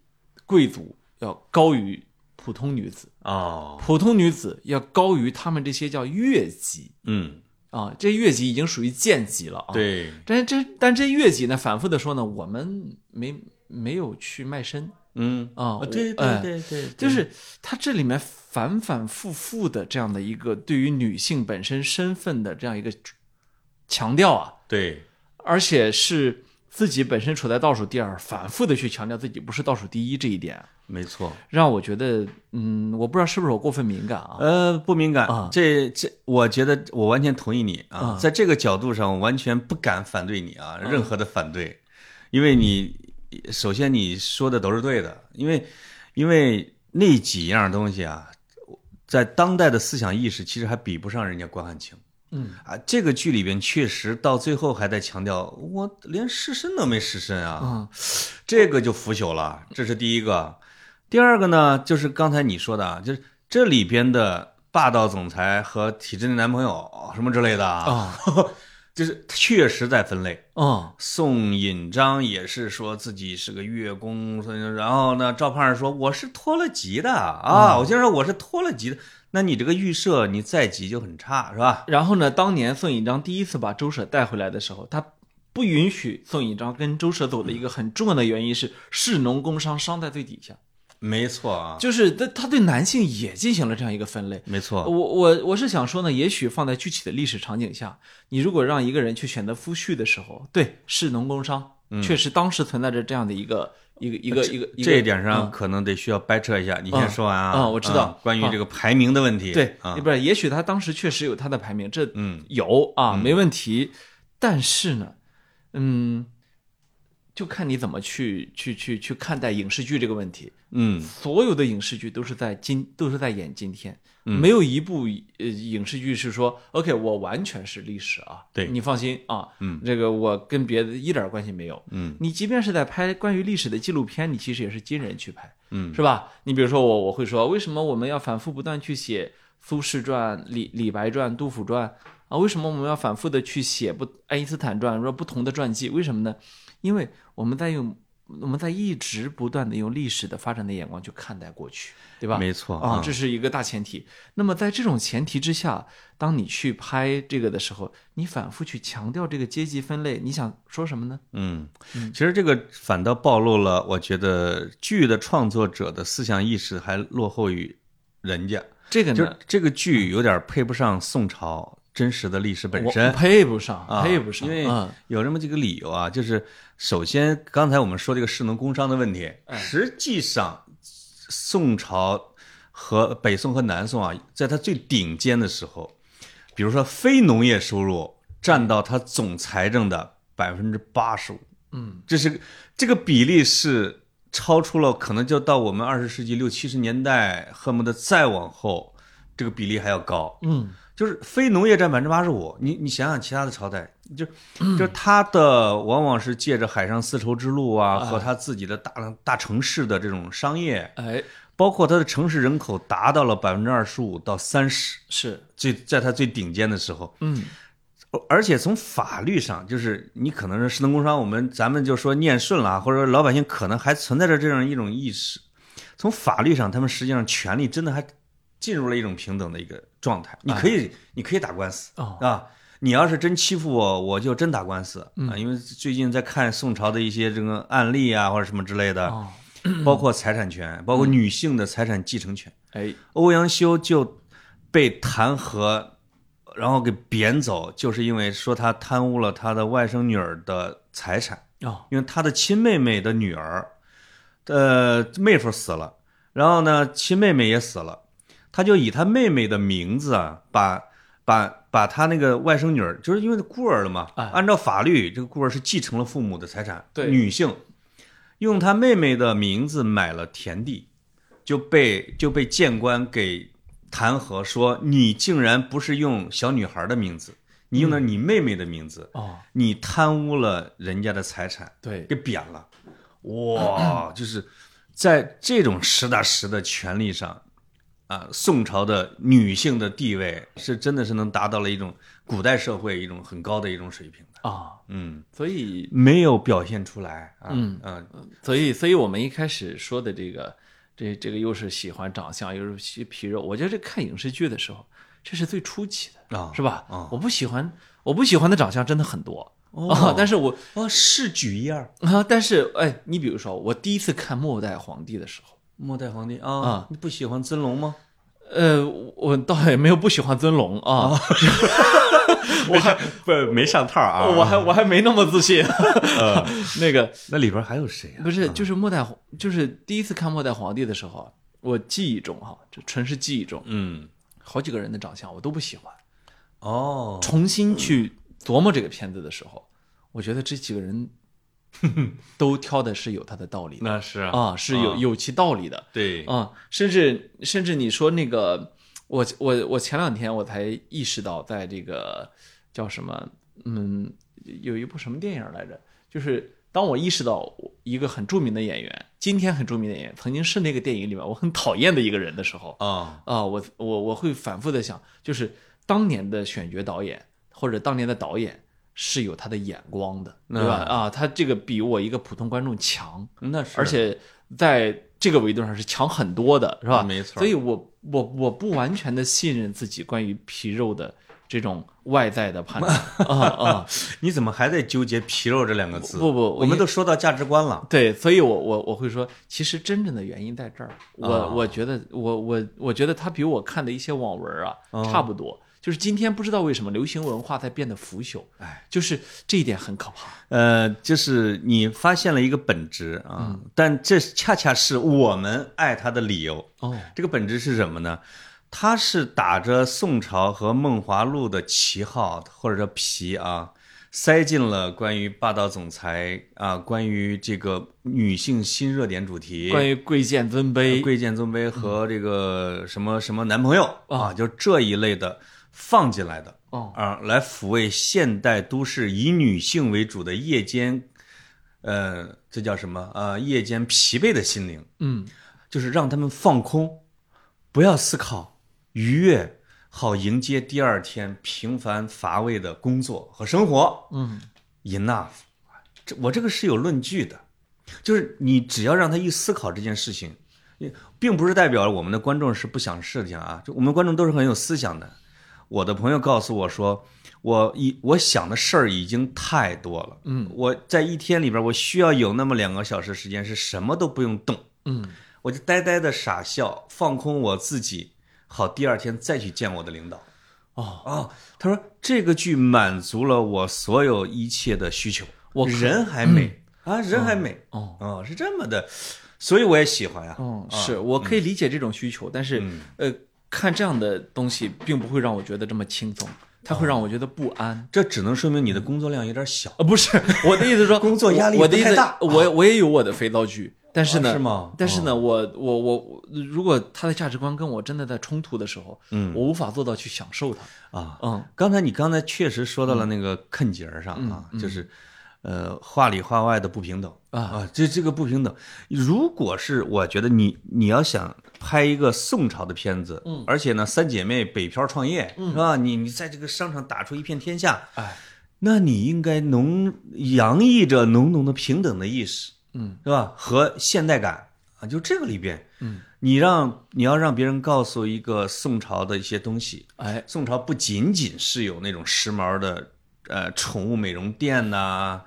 B: 贵族要高于普通女子，
A: 哦，
B: 普通女子要高于他们这些叫越级
A: 嗯，
B: 啊，这越级已经属于贱级了啊。，
A: 对，
B: 但这但这越级呢，反复的说呢，我们没没有去卖身
A: 嗯，
B: 啊
A: 啊，，对
B: 我哎
A: 对对对，
B: 就是它这里面反反复复的这样的一个对于女性本身身份的这样一个强调啊，
A: 对，
B: 而且是自己本身处在倒数第二，反复的去强调自己不是倒数第一这一点，
A: 没错，
B: 让我觉得，嗯，我不知道是不是我过分敏感啊，
A: 呃，不敏感
B: 啊
A: 这这，我觉得我完全同意你啊，在这个角度上，我完全不敢反对你啊，任何的反对，因为你首先你说的都是对的，因为因为那几样东西啊，在当代的思想意识其实还比不上人家关汉卿
B: 嗯
A: 啊，这个剧里边确实到最后还在强调，我连试身都没试身啊，
B: 啊
A: 这个就腐朽了，这是第一个。第二个呢，就是刚才你说的，啊，就是这里边的霸道总裁和体制内男朋友什么之类的啊，
B: 啊
A: 就是确实在分类。
B: 啊
A: 宋引章也是说自己是个月宫，所以说然后呢，赵盼儿说我是脱了级的啊，我先说我是脱了级的，那你这个预设你再级就很差是吧？
B: 然后呢，当年宋引章第一次把周舍带回来的时候，他不允许宋引章跟周舍走的一个很重要的原因是士农工商商在最底下，
A: 没错啊，
B: 就是他他对男性也进行了这样一个分类。
A: 没
B: 我
A: 错，
B: 我我是想说呢，也许放在具体的历史场景下，你如果让一个人去选择夫婿的时候，对士农工商，确实当时存在着这样的一个一个一个一个一个
A: 嗯这一点
B: 嗯
A: 上可能得需要掰扯一下，你先说完啊。
B: 嗯嗯我知道
A: 嗯关于这个排名的问题。
B: 对，
A: 啊，
B: 不是，也许他当时确实有他的排名，这
A: 嗯
B: 有啊，没问题。但是呢，嗯，就看你怎么去去去去看待影视剧这个问题。
A: 嗯
B: 所有的影视剧都是在今都是在演今天，
A: 嗯
B: 没有一部呃影视剧是说 OK，我完全是历史啊，
A: 对
B: 你放心啊，
A: 嗯，
B: 这个我跟别的一点关系没有。
A: 嗯
B: 你即便是在拍关于历史的纪录片，你其实也是金人去拍，
A: 嗯
B: 是吧？你比如说我，我会说，为什么我们要反复不断去写苏轼传、李李白传、杜甫传啊？为什么我们要反复的去写不爱因斯坦传，说不同的传记？为什么呢？因为我们在用。我们在一直不断的用历史的发展的眼光去看待过去，对吧？
A: 没错
B: 啊
A: 嗯，
B: 这是一个大前提。那么在这种前提之下，当你去拍这个的时候，你反复去强调这个阶级分类，你想说什么呢？
A: 嗯，其实这个反倒暴露了，我觉得剧的创作者的思想意识还落后于人家。
B: 这个
A: 就
B: 呢
A: 是，这个剧有点配不上宋朝真实的历史本
B: 我
A: 身
B: 我。配不上，
A: 啊
B: 配不上，
A: 因为
B: 嗯
A: 有这么几个理由啊，就是首先刚才我们说这个士农工商的问题，实际上宋朝和北宋和南宋啊，在它最顶尖的时候，比如说非农业收入占到它总财政的百分之八十五，
B: 嗯，
A: 这是这个比例是超出了，可能就到我们二十世纪六七十年代，恨不得再往后，这个比例还要高。
B: 嗯
A: 就是非农业占百分之八十五，你你想想其他的朝代，就就是它的往往是借着海上丝绸之路啊和它自己的大量大城市的这种商业，
B: 哎，
A: 包括它的城市人口达到了百分之二十五到三十，
B: 是，
A: 最在它最顶尖的时候，
B: 嗯
A: 而且从法律上，就是你可能是士农工商，我们咱们就说念顺了啊，或者说老百姓可能还存在着这样一种意识。从法律上，他们实际上权利真的还进入了一种平等的一个状态。你可以，你可以打官司
B: 哦
A: 啊。你要是真欺负我，我就真打官司啊。因为最近在看宋朝的一些这个案例啊，或者什么之类的，
B: 哦，
A: 包括财产权，包括女性的财产继承权。
B: 哎，
A: 欧阳修就被弹劾，然后给贬走，就是因为说他贪污了他的外甥女儿的财产，
B: 哦，
A: 因为他的亲妹妹的女儿，呃，妹夫死了，然后呢，亲妹妹也死了，他就以他妹妹的名字啊，把把把他那个外甥女儿，就是因为孤儿了嘛，
B: 哎
A: 按照法律，这个孤儿是继承了父母的财产，
B: 对
A: 女性用他妹妹的名字买了田地，就被就被谏官给弹劾说，你竟然不是用小女孩的名字，你用的你妹妹的名字，
B: 哦，
A: 你贪污了人家的财产，
B: 对，
A: 给贬了。哇，就是在这种实打实的权利上，啊，宋朝的女性的地位是真的是能达到了一种古代社会一种很高的一种水平的。
B: 啊，
A: 嗯，
B: 所以，
A: 没有表现出来啊。
B: 嗯
A: 嗯
B: 所以，所以我们一开始说的这个，这这个又是喜欢长相，又是喜皮肉，我觉得这看影视剧的时候，这是最初期的，
A: 啊，
B: 是吧？
A: 啊
B: 我不喜欢，我不喜欢的长相真的很多。啊
A: 哦，
B: 但是我
A: 哦，是举一二，
B: 啊，但是哎，你比如说，我第一次看《末代皇帝》的时候，
A: 末代皇帝啊，
B: 啊
A: 你不喜欢尊龙吗？
B: 呃，我我倒也没有不喜欢尊龙啊，
A: 我还 不没上套啊
B: 哦
A: 嗯
B: 我还我还没那么自信。 那个
A: 那里边还有谁啊？
B: 不是，就是末代皇，就是第一次看《末代皇帝》的时候啊，我记忆中哈、这纯是记忆中，
A: 嗯，
B: 好几个人的长相我都不喜欢。
A: 哦，
B: 重新去琢磨这个片子的时候，我觉得这几 个人都挑的是有他的道理的
A: 那是啊，
B: 啊，是有有其道理的。
A: 对，
B: 啊，甚至甚至你说那个，我我我前两天我才意识到，在这个叫什么，嗯，有一部什么电影来着？就是当我意识到一个很著名的演员，今天很著名的演员，曾经是那个电影里面我很讨厌的一个人的时候，
A: 啊，
B: 啊、我我我会反复的想，就是当年的选角导演或者当年的导演是有他的眼光的，对吧？啊，他这个比我一个普通观众强，
A: 嗯那是，
B: 而且在这个维度上是强很多的，是吧？
A: 没错
B: 所以我我我不完全的信任自己关于皮肉的这种外在的 判断啊啊，
A: 你怎么还在纠结“皮肉”这两个字？
B: 不不我
A: 我们都说到价值观了。
B: 对，所以我我我会说，其实真正的原因在这儿。我、
A: 啊
B: 我觉得我我我觉得他比我看的一些网文啊、差不多。就是今天不知道为什么流行文化在变得腐朽，
A: 哎，
B: 就是这一点很可怕。
A: 呃，就是你发现了一个本质啊，但这恰恰是我们爱它的理由。
B: 哦，
A: 这个本质是什么呢？它是打着宋朝和梦华录的旗号，或者说皮啊，塞进了关于霸道总裁啊，关于这个女性新热点主题，嗯
B: 关于呃贵贱尊卑，
A: 贵贱尊卑和这个什么什么男朋友啊，就这一类的放进来的
B: 哦
A: 啊，来抚慰现代都市以女性为主的夜间，呃，这叫什么？呃，夜间疲惫的心灵，
B: 嗯，
A: 就是让他们放空，不要思考，愉悦，好迎接第二天平凡乏味的工作和生活。
B: 嗯
A: ，enough，这我这个是有论据的，就是你只要让他一思考这件事情，也并不是代表我们的观众是不想事情啊，就我们的观众都是很有思想的。我的朋友告诉我说，我一我想的事儿已经太多了，
B: 嗯，
A: 我在一天里边，我需要有那么两个小时时间是什么都不用动，
B: 嗯，
A: 我就呆呆的傻笑，放空我自己，好，第二天再去见我的领导。
B: 哦，
A: 哦，他说这个剧满足了我所有一切的需求，
B: 我可嗯
A: 人还美、啊，人还美
B: 哦
A: 哦，是这么的，所以我也喜欢呀、
B: 嗯，是我可以理解这种需求，但是、呃，看这样的东西并不会让我觉得这么轻松，它会让我觉得不安。
A: 这只能说明你的工作量有点小。
B: 啊，不是我的意思是 说，
A: 工作压力
B: 我我的意
A: 太
B: 思
A: 大，
B: 我我也有我的肥皂剧，但是呢，
A: 啊是吗
B: 但是呢，我我我，如果他的价值观跟我真的在冲突的时候，
A: 嗯
B: 我无法做到去享受它，
A: 啊，
B: 嗯，
A: 刚才你刚才确实说到了那个坑节儿上啊，就是，呃，话里话外的不平等
B: 嗯啊
A: 这这个不平等，如果是我觉得你你要想拍一个宋朝的片子，嗯，而且呢三姐妹北漂创业，嗯，是吧？你你在这个商场打出一片天下，
B: 哎，
A: 那你应该浓洋溢着浓浓的平等的意识，
B: 嗯，
A: 是吧？和现代感啊，就这个里边，嗯，你让你要让别人告诉一个宋朝的一些东西，
B: 哎，
A: 宋朝不仅仅是有那种时髦的呃宠物美容店呐、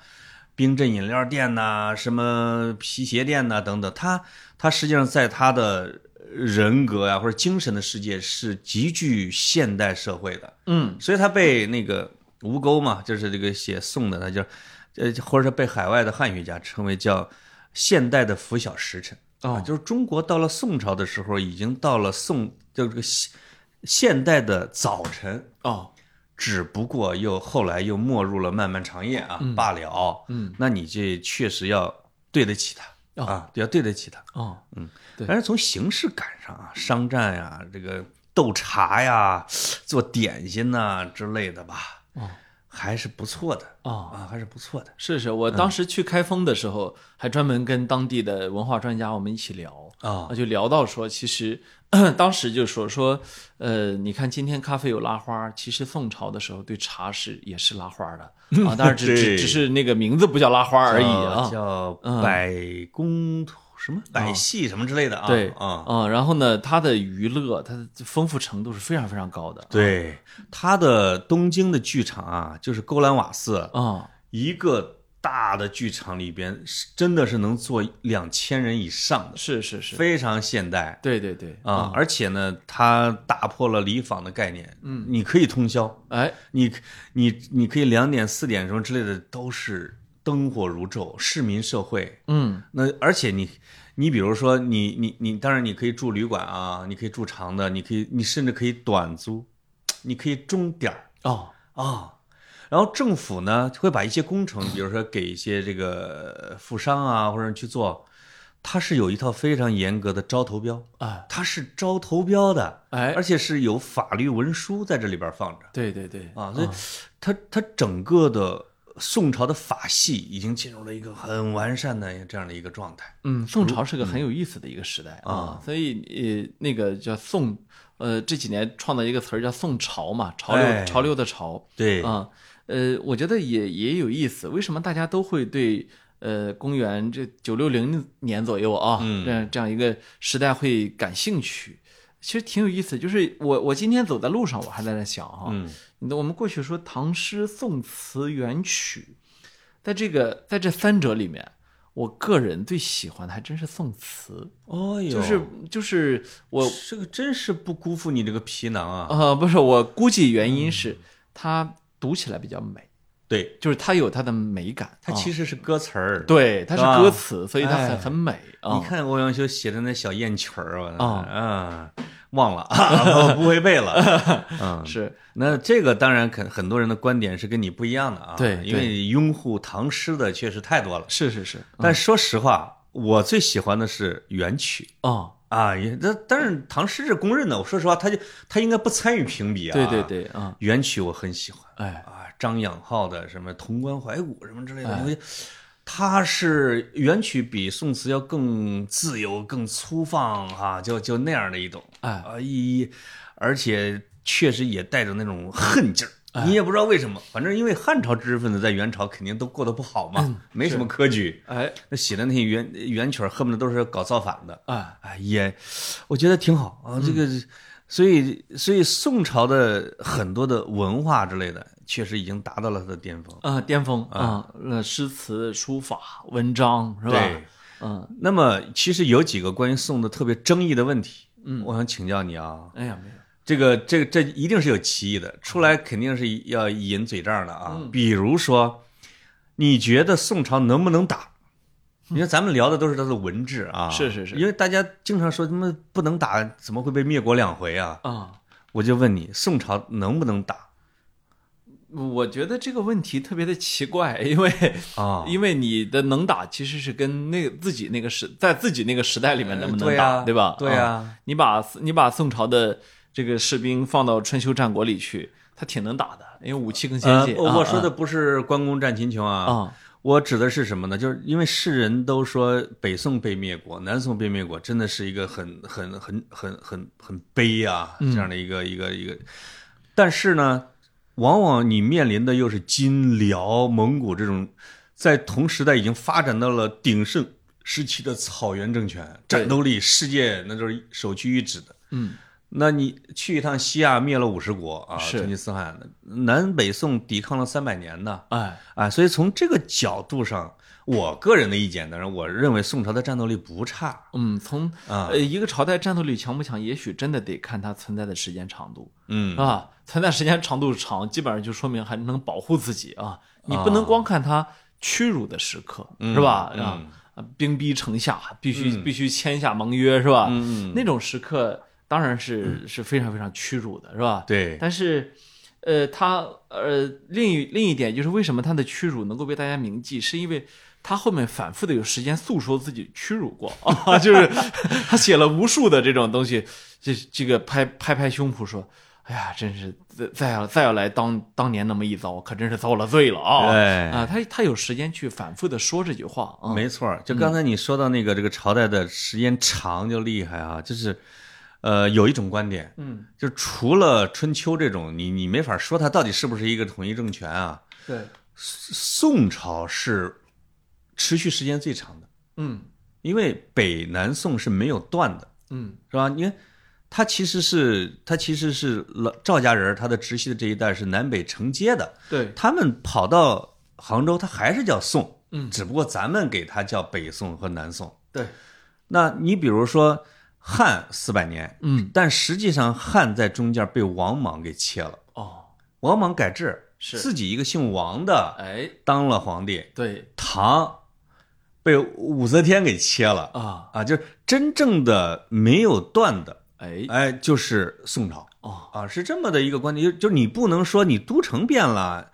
A: 冰镇饮料店呐、什么皮鞋店呐、等等，它它实际上在它的人格呀、或者精神的世界是极具现代社会的，
B: 嗯，
A: 所以它被那个吴钩嘛，就是这个写宋的，他就呃或者是被海外的汉学家称为叫现代的拂晓时辰。啊，
B: 哦，
A: 就是中国到了宋朝的时候，已经到了宋，就这个现现代的早晨，
B: 哦，
A: 只不过又后来又没入了漫漫长夜啊，罢了。
B: 嗯，
A: 那你这确实要对得起它
B: 哦
A: 啊，要对得起它。
B: 哦，对
A: 但是从形式感上啊，商战呀、这个斗茶呀、做点心呐、之类的吧，
B: 哦
A: 还是不错的
B: 哦，
A: 啊，还是不错的
B: 是是，我
A: 嗯
B: 当时去开封的时候，还专门跟当地的文化专家我们一起聊，
A: 啊
B: 啊，就聊到说，其实 当时就说说，呃，你看今天咖啡有拉花儿，其实宋朝的时候对茶是也是拉花 儿的啊，当然只只
A: 对
B: 只是那个名字不叫拉花儿而已
A: 叫
B: 啊。
A: 叫百工什么百戏什么之类的啊，
B: 哦对
A: 啊。
B: 嗯，然后呢，它的娱乐，它的丰富程度是非常非常高的。
A: 对，他的东京的剧场啊，就是勾栏瓦寺，
B: 啊，
A: 一个大的剧场里边是真的是能坐两千人以上的，
B: 是是是，
A: 非常现代
B: 对对对，
A: 啊、而且呢，它打破了离坊的概念，嗯，你可以通宵，
B: 哎，
A: 你你你可以两点四点什么之类的，都是灯火如昼，市民社会。
B: 嗯，
A: 那而且你，你比如说你你你，当然你可以住旅馆啊，你可以住长的，你可以你甚至可以短租，你可以钟点儿，
B: 哦，
A: 啊、然后政府呢会把一些工程，比如说给一些这个呃富商啊或者人去做，它是有一套非常严格的招投标，
B: 啊，
A: 它是招投标的，
B: 哎
A: 而，且是有法律文书在这里边放着
B: 对对对，
A: 啊，所以它它整个的宋朝的法系已经进入了一个很完善的这样的一个状态。
B: 嗯，宋朝是个很有意思的一个时代啊，所以呃，那个叫宋，呃，这几年创造一个词儿叫宋朝嘛，潮
A: 哎
B: 流潮流的潮，
A: 对，
B: 啊，呃，我觉得也也有意思。为什么大家都会对呃公元这九六零年左右啊，
A: 嗯
B: 这样这样一个时代会感兴趣？其实挺有意思。就是我我今天走在路上，我还在那想哈、
A: 嗯
B: 你的我们过去说唐诗、宋词、元曲，在这个在这三者里面，我个人最喜欢的还真是宋词，
A: 哦哟，
B: 就是就是我
A: 这个真是不辜负你这个皮囊啊！
B: 呃不是我估计原因
A: 嗯
B: 是它读起来比较美。
A: 对，
B: 就是它有它的美感，
A: 它
B: 实、
A: 其实是歌词儿。，
B: 啊对它是
A: 是吧
B: 歌词，所以它
A: 哎
B: 很很美啊。
A: 你看欧阳修写的那小艳曲儿，我
B: 啊
A: 啊，忘了 啊，我不会背
B: 啊
A: 了。嗯，
B: 是
A: 那这个当然肯很多人的观点是跟你不一样的啊，
B: 对
A: 因为拥护唐诗的确实太多了。
B: 是是是，
A: 但说实话，我最喜欢的是元曲
B: 哦，
A: 啊，也但但是唐诗是公认的，我说实话，他就他应该不参与评比啊。
B: 对对，对啊，
A: 元曲我很喜欢。
B: 哎，
A: 啊，张养浩的什么《潼关怀古》什么之类的东西，它是元曲比宋词要更自由、更粗放哈、就就那样的一种
B: 哎
A: 啊，一而且确实也带着那种恨劲儿。你也不知道为什么，反正因为汉朝知识分子在元朝肯定都过得不好嘛，没什么科举，
B: 哎
A: 那写的那些元元曲儿恨不得都是搞造反的，
B: 哎，
A: 哎，也我觉得挺好啊。这个，
B: 嗯
A: 所以所以宋朝的很多的文化之类的，确实已经达到了它的巅峰。
B: 啊，巅峰啊，那诗词、书法、文章是吧
A: 对？
B: 嗯，
A: 那么，其实有几个关于宋的特别争议的问题，嗯，我想请教你啊。
B: 哎呀，没有，
A: 这个这个这一定是有歧义的，出
B: 嗯
A: 来肯定是要引嘴仗的啊。比如说，你觉得宋朝能不能打？因为咱们聊的都是它的文治啊，
B: 是是是
A: 因为大家经常说他们不能打，怎么会被灭国两回啊？
B: 啊，
A: 我就问你，宋朝能不能打
B: 我觉得这个问题特别的奇怪，因为
A: 啊？
B: 因为你的能打其实是跟那个自己那个时，在自己那个时代里面能不
A: 呃
B: 能
A: 对啊
B: 打，对吧？
A: 对啊
B: 你把你把宋朝的这个士兵放到春秋战国里去，他挺能打的，因为武器更先
A: 呃，
B: 进。啊
A: 我说的不是关公战秦琼
B: 啊
A: 啊，
B: 啊，
A: 我指的是什么呢？就是因为世人都说北宋被灭国，南宋被灭国，真的是一个很很很很很很悲啊
B: 嗯
A: 这样的一个一个一个。但是呢，往往你面临的又是金辽、蒙古这种在同时代已经发展到了鼎盛时期的草原政权，
B: 对
A: 战斗力世界那就是首屈一指的。
B: 嗯，
A: 那你去一趟西亚灭了五十国啊，
B: 是
A: 成吉思汗，南北宋抵抗了三百年呢，
B: 哎，
A: 啊，所以从这个角度上，我个人的意见，当然我认为宋朝的战斗力不差
B: 嗯，从
A: 啊
B: 呃，一个朝代战斗力强不强，也许真的得看它存在的时间长度，
A: 嗯
B: 啊，存在时间长度长，基本上就说明还能保护自己啊，你不能光看它屈辱的时刻，是吧？
A: 嗯
B: 啊，兵逼城下，必须必须签下盟约，是吧？
A: 嗯
B: 那种时刻当然是是非常非常屈辱的，是吧？
A: 对，
B: 但是，呃，他呃，另一另一点就是为什么他的屈辱能够被大家铭记，是因为他后面反复的有时间诉说自己屈辱过 啊，就是他写了无数的这种东西，这这个拍拍拍胸脯说。哎呀，真是再再要再要来当当年那么一遭，可真是遭了罪了啊！
A: 对
B: 啊，他他有时间去反复的说这句话啊。
A: 哎没错儿，就刚才你说到那个这个朝代的时间长就厉害啊，就是，呃，有一种观点，
B: 嗯，
A: 就除了春秋这种，你你没法说它到底是不是一个统一政权啊，
B: 对，
A: 宋朝是持续时间最长的，
B: 嗯
A: 因为北南宋是没有断的，
B: 嗯，
A: 是吧？因为它其实是它其实是老赵家人儿，他的直系的这一代是南北承接的，
B: 对，
A: 他们跑到杭州，它还是叫宋，
B: 嗯
A: 只不过咱们给它叫北宋和南宋。
B: 对，
A: 那你比如说汉四百年，
B: 嗯，
A: 但实际上汉在中间被王莽给切了，
B: 哦，
A: 王莽改制，
B: 是
A: 自己一个姓王的
B: 哎，
A: 当了皇帝，
B: 对
A: 唐被武则天给切了
B: 啊，
A: 啊，就是真正的没有断的，
B: 哎，
A: 哎，就是宋朝
B: 哦
A: 啊，是这么的一个观点，就就你不能说你都城变了，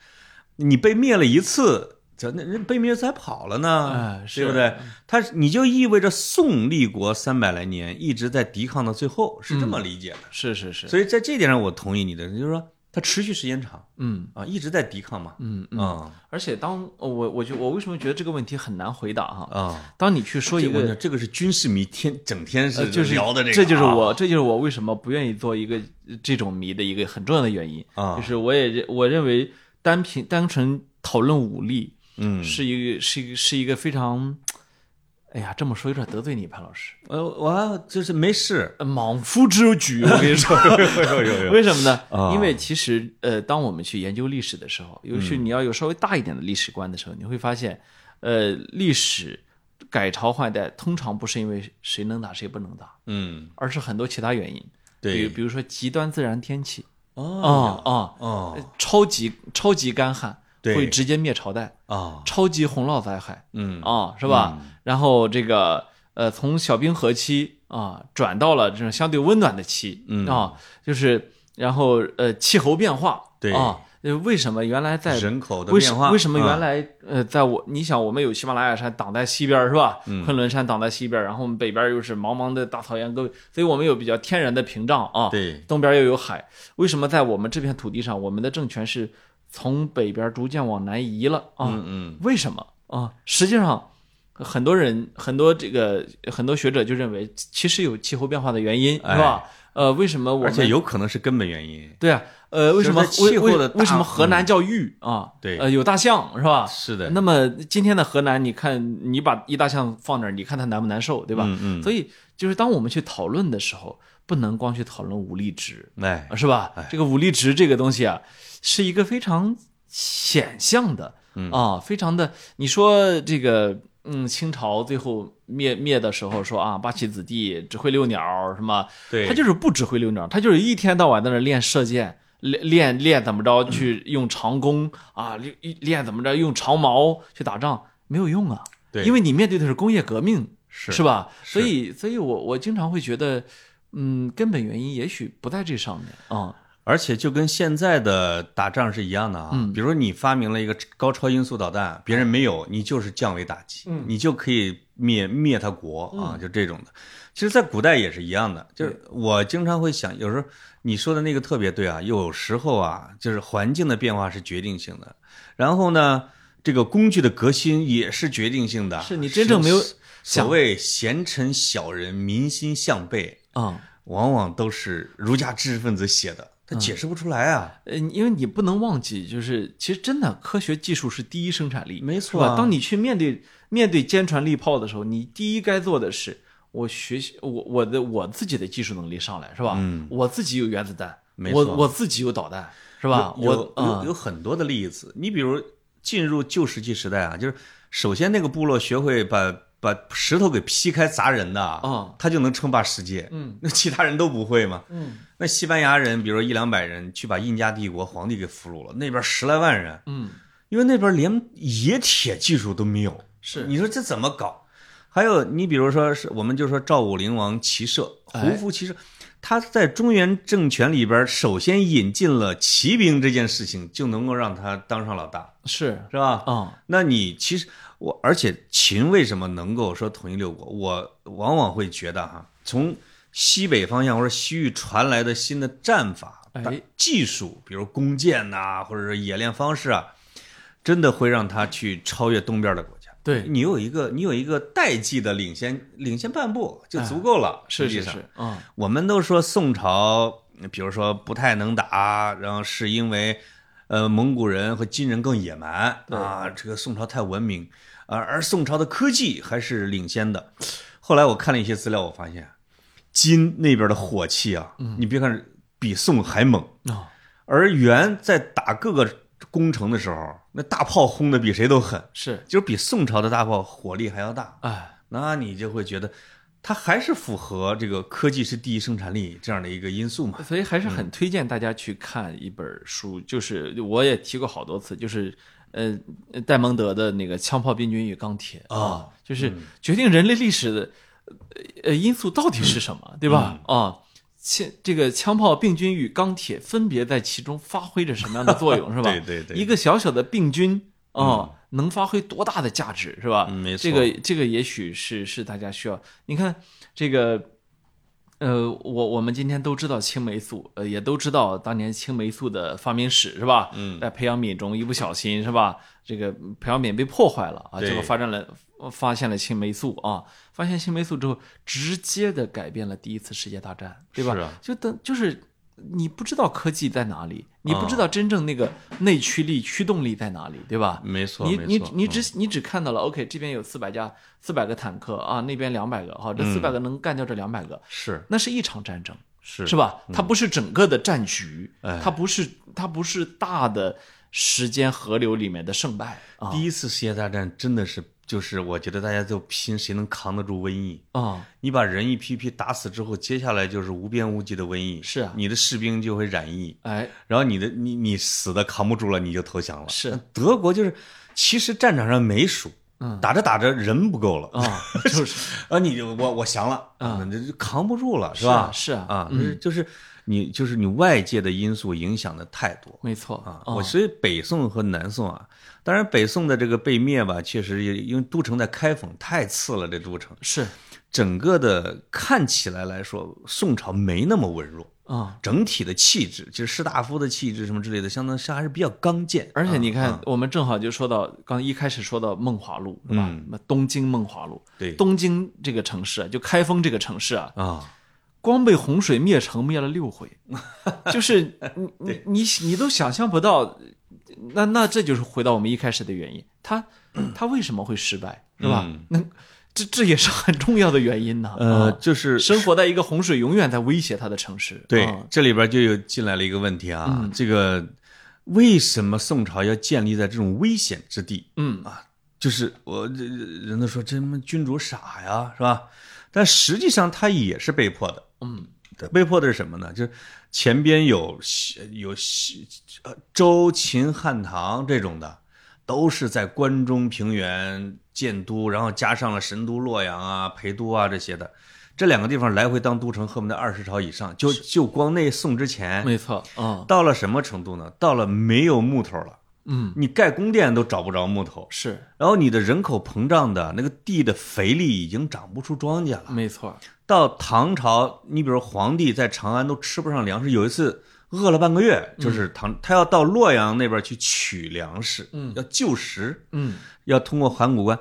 A: 你被灭了一次，这那人被灭才跑了呢
B: 哎，是
A: 对不对？他你就意味着宋立国三百来年一直在抵抗到最后，是这么理解的。
B: 是是嗯是，
A: 所以在这点上，我同意你的，就是说它持续时间长
B: 嗯
A: 啊，一直在抵抗嘛。
B: 嗯嗯。
A: 嗯
B: 而且当呃我我觉我为什么觉得这个问题很难回答哈？
A: 啊，
B: 当你去说一
A: 这我
B: 个
A: 呢，这个是军事迷，天整天
B: 呃，
A: 是
B: 就是
A: 聊的
B: 这，
A: 个啊，
B: 就是我，这就是我为什么不愿意做一个呃这种迷的一个很重要的原因，
A: 啊
B: 就是我也认我认为单凭单纯讨论武力
A: 嗯，
B: 是一个是一个是一个非常，哎呀，这么说有点得罪你潘老师，
A: 呃，我就是没 事，
B: 呃莽夫之举，我跟你说，
A: 有有有，
B: 为什么呢？
A: 啊
B: 因为其实呃，当我们去研究历史的时候，尤
A: 嗯
B: 其你要有稍微大一点的历史观的时候，你会发现，呃，历史改朝换代通常不是因为谁能打谁不能打，
A: 嗯，
B: 而是很多其他原因。比
A: 对
B: 如，比如说极端自然天气啊
A: 哦
B: 啊、
A: 哦
B: 超级超级干旱
A: 对
B: 会直接灭朝代，
A: 哦，
B: 超级洪涝灾害
A: 嗯
B: 啊、是吧？然后这个呃，从小冰河期啊、转到了这种相对温暖的期啊、
A: 嗯
B: 就是然后呃气候变化
A: 对
B: 啊、呃为什么原来在
A: 人口的
B: 为什
A: 变化，
B: 为什么原
A: 啊
B: 来、呃，在我你想我们有喜马拉雅山挡在西边儿是吧？
A: 嗯
B: 昆仑山挡在西边儿，然后我们北边儿又是茫茫的大草原，各位，所以我们有比较天然的屏障啊。
A: 对
B: 东边又有海，为什么在我们这片土地上，我们的政权是从北边逐渐往南移了啊？
A: 嗯
B: 为什么啊？实际上，很多人很多这个很多学者就认为，其实有气候变化的原因，
A: 哎
B: 是吧？呃，为什么我
A: 而
B: 们
A: 且有可能是根本原因，
B: 对啊，呃，为什么
A: 就是在
B: 为
A: 气候的
B: 为
A: 大
B: 为什么河南叫豫啊？
A: 对
B: 呃，有大象是吧？
A: 是的，
B: 那么今天的河南，你看你把一大象放那儿，你看它难不难受，对吧？
A: 嗯
B: 所以就是当我们去讨论的时候，不能光去讨论武力值，
A: 嗯，哎，
B: 是吧？这个武力值这个东西啊，是一个非常显象的
A: 嗯
B: 啊，非常的。你说这个，嗯，清朝最后灭灭的时候说啊，八旗子弟只会遛鸟儿，什么？
A: 对，
B: 他就是不只会遛鸟儿，他就是一天到晚在那儿练射箭。练练练怎么着
A: 嗯
B: 去用长弓啊，练练怎么着用长矛去打仗没有用啊，
A: 对
B: 因为你面对的是工业革命，
A: 是
B: 是吧？
A: 是
B: 所以，所以我我经常会觉得，嗯，根本原因也许不在这上面啊、
A: 而且就跟现在的打仗是一样的啊，
B: 嗯
A: 比如说你发明了一个高超音速导弹，别人没有，你就是降维打击，
B: 嗯
A: 你就可以灭灭他国啊，就这种的。其实，在古代也是一样的，就是我经常会想，有时候你说的那个特别对啊，有时候啊，就是环境的变化是决定性的，然后呢，这个工具的革新也是决定性的，
B: 是你真正没有
A: 所谓贤臣小人，民心向背，
B: 啊，
A: 往往都是儒家知识分子写的，他
B: 嗯
A: 解释不出来啊。
B: 呃、因为你不能忘记，就是其实真的科学技术是第一生产力，
A: 没
B: 是
A: 错啊
B: 吧？当你去面对面对坚船利炮的时候，你第一该做的是，我学习我我的我自己的技术能力上来，是吧？
A: 嗯
B: 我自己有原子弹，
A: 没
B: 我
A: 错
B: 我自己有导弹，是吧？
A: 有
B: 我
A: 有有
B: 啊、
A: 有很多的例子。你比如进入旧石器时代啊，就是首先那个部落学会把把石头给劈开砸人的
B: 啊，
A: 他就能称霸世界。
B: 嗯，
A: 那其他人都不会嘛。
B: 嗯
A: 那西班牙人，比如说一两百人去把印加帝国皇帝给俘虏了，那边十来万人，
B: 嗯，
A: 因为那边连冶铁技术都没有。
B: 是
A: 你说这怎么搞？还有，你比如说是，我们就说赵武灵王骑射，
B: 哎
A: 胡服骑射，他在中原政权里边，首先引进了骑兵这件事情，就能够让他当上老大，
B: 是
A: 是吧？
B: 啊、
A: 那你其实我，而且秦为什么能够说统一六国？我往往会觉得哈，从西北方向或者西域传来的新的战法、
B: 哎
A: 打技术，比如弓箭呐、或者是冶炼方式啊，真的会让他去超越东边的国家。
B: 对
A: 你有一个你有一个代际的领先，领先半步就足够了。
B: 是
A: 实际
B: 是
A: 上
B: 是，啊、
A: 我们都说宋朝，比如说不太能打，然后是因为，呃，蒙古人和金人更野蛮啊，这个宋朝太文明，而而宋朝的科技还是领先的。后来我看了一些资料，我发现金那边的火器啊，
B: 嗯
A: 你别看比宋还猛，
B: 啊。
A: 而元在打各个攻城的时候，那大炮轰的比谁都狠，
B: 是，
A: 就是比宋朝的大炮火力还要大。
B: 哎，
A: 那你就会觉得，它还是符合这个科技是第一生产力这样的一个因素嘛？
B: 所以还是很推荐大家去看一本书，就是我也提过好多次，就是呃戴蒙德的那个《枪炮、病菌与钢铁》
A: 啊
B: 就是决定人类历史的呃因素到底是什
A: 嗯
B: 么，对吧？啊。现这个枪炮、病菌与钢铁分别在其中发挥着什么样的作用，是吧？
A: 对对对
B: 一个小小的病菌啊、能发挥多大的价值，是吧？
A: 嗯没错
B: 这个这个也许是是大家需要。你看这个，呃，我我们今天都知道青霉素，呃，也都知道当年青霉素的发明史，是吧？
A: 嗯，
B: 在培养皿中一不小心是吧？这个培养皿被破坏了啊，
A: 对
B: 结果发展了，呃发现了青霉素啊，发现青霉素之后，直接的改变了第一次世界大战，对吧？
A: 是啊
B: 就等就是你不知道科技在哪里，你
A: 啊
B: 不知道真正那个内驱力、驱动力在哪里，对吧？
A: 没错，
B: 你
A: 没
B: 你
A: 错嗯
B: 你只你只看到了，OK，这边有四百架四百个坦克啊，那边两百个，好，这四百个能干掉这两百个，
A: 是
B: 那是一场战争，
A: 嗯是嗯
B: 是？吧？它不是整个的战局，
A: 哎
B: 它不是它不是大的时间河流里面的胜败啊
A: 第一次世界大战真的是，就是我觉得大家都拼谁能扛得住瘟疫。
B: 啊，
A: 你把人一批批打死之后，接下来就是无边无际的瘟疫，
B: 是啊
A: 你的士兵就会染疫，
B: 哎，
A: 然后你的你你死的扛不住了，你就投降了。
B: 是
A: 那德国就是，其实战场上没输，
B: 嗯
A: 打着打着人不够了
B: 啊， 就是
A: 啊，你就我我降了
B: 啊，
A: 你这就扛不住了，
B: 是
A: 吧
B: 啊？是啊
A: 啊，就
B: 嗯
A: 是就是你就是你外界的因素影响的太多
B: 没错
A: 啊。
B: 啊
A: 我所以北宋和南宋啊，当然北宋的这个被灭吧，确实也因为都城在开封太次了，这都城
B: 是啊
A: 整个的看起来来说，宋朝没那么文弱。
B: 啊。
A: 整体的气质，就是士大夫的气质什么之类的，相当是还是比较刚健。
B: 而且你
A: 啊，
B: 看
A: 啊，
B: 我们正好就说到刚一开始说到梦华录是吧？
A: 嗯
B: 那东京梦华录，
A: 对
B: 东京这个城市啊，就开封这个城市啊，
A: 啊，
B: 光被洪水灭城灭了六 回，就是你你你你都想象不到，那那这就是回到我们一开始的原因， 他他为什么会失败，是吧？
A: 嗯
B: 那这这也是很重要的原因呢、
A: 呃，
B: 啊
A: 就是
B: 生活在一个洪水永远在威胁他的城市，
A: 对
B: 啊，
A: 这里边就有进来了一个问题啊，这个为什么宋朝要建立在这种危险之地？
B: 嗯
A: 啊就是我这人都说这他妈君主傻呀，是吧？但实际上他也是被迫的，
B: 嗯，
A: 被迫的是什么呢？就是前边有西有西呃周、秦、汉、唐这种的，都是在关中平原建都，然后加上了神都洛阳啊、陪都啊这些的，这两个地方来回当都城，恨不得二十朝以上。就就光那宋之前，
B: 没错，嗯
A: 到了什么程度呢？到了没有木头了，
B: 嗯
A: 你盖宫殿都找不着木头，
B: 是
A: 然后你的人口膨胀的那个地的肥力已经长不出庄稼了。
B: 没错，
A: 到唐朝，你比如皇帝在长安都吃不上粮食，有一次饿了半个月，就是唐他要到洛阳那边去取粮食，
B: 嗯
A: 要救食，
B: 嗯
A: 要通过函谷关，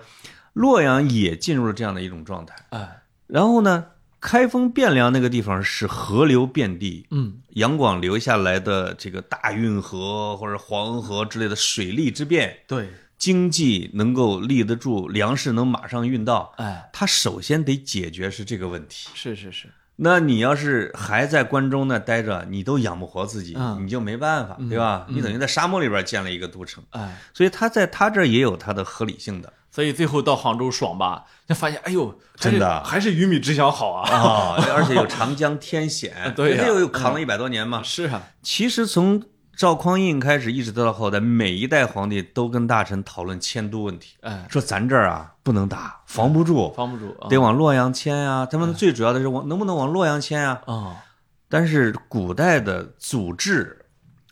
A: 洛阳也进入了这样的一种状态。
B: 哎
A: 然后呢，开封汴梁那个地方是河流遍地，
B: 嗯
A: 杨广留下来的这个大运河或者黄河之类的水利之变，
B: 对
A: 经济能够立得住，粮食能马上运到，
B: 哎
A: 他首先得解决是这个问题。
B: 是是是
A: 那你要是还在关中那待着，你都养不活自己，
B: 嗯
A: 你就没办法，对吧？你等于在沙漠里边建了一个都城，
B: 哎。
A: 所以他在他这儿也有他的合理性的
B: 所以最后到杭州爽吧，就发现哎呦，还是
A: 真的
B: 还是鱼米之乡好啊！
A: 啊、 而且有长江天险，
B: 对呀嗯
A: 人家又扛了一百多年嘛。
B: 是啊，
A: 其实从赵匡胤开始一直到后代，每一代皇帝都跟大臣讨论迁都问题，
B: 哎，
A: 说咱这儿啊不能打，防不住，
B: 防不住啊，
A: 得往洛阳迁
B: 嗯
A: 啊。他们最主要的是往能不能往洛阳迁啊？
B: 啊，
A: 但是古代的祖制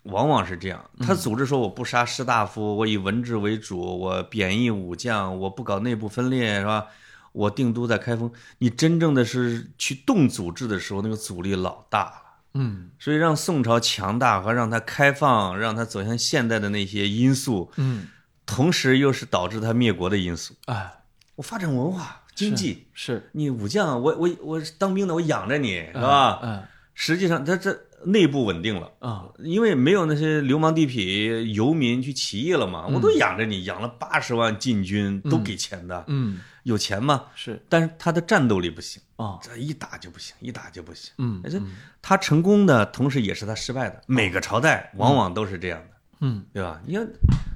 A: 往往是这样，他祖制说我不杀士大夫，我以文治为主，我贬义武将，我不搞内部分裂，是吧？我定都在开封。你真正的是去动祖制的时候，那个阻力老大了。
B: 嗯
A: 所以让宋朝强大和让它开放，让它走向现代的那些因素，
B: 嗯，
A: 同时又是导致它灭国的因素。
B: 哎，
A: 我发展文化、经济，
B: 是
A: 你武将，我我我当兵的，我养着你，是
B: 是
A: 吧？
B: 嗯
A: 实际上，它这内部稳定了。
B: 啊，
A: 因为没有那些流氓地痞游民去起义了嘛，
B: 嗯
A: 我都养着你，养了八十万禁军，都给钱的，
B: 嗯，
A: 有钱嘛。
B: 是
A: 但是他的战斗力不行，
B: 啊，
A: 这一打就不行，一打就不行。
B: 嗯哦
A: 而且他成功的同时也是他失败的，每个朝代往往都是这样的，
B: 嗯，
A: 对吧？你看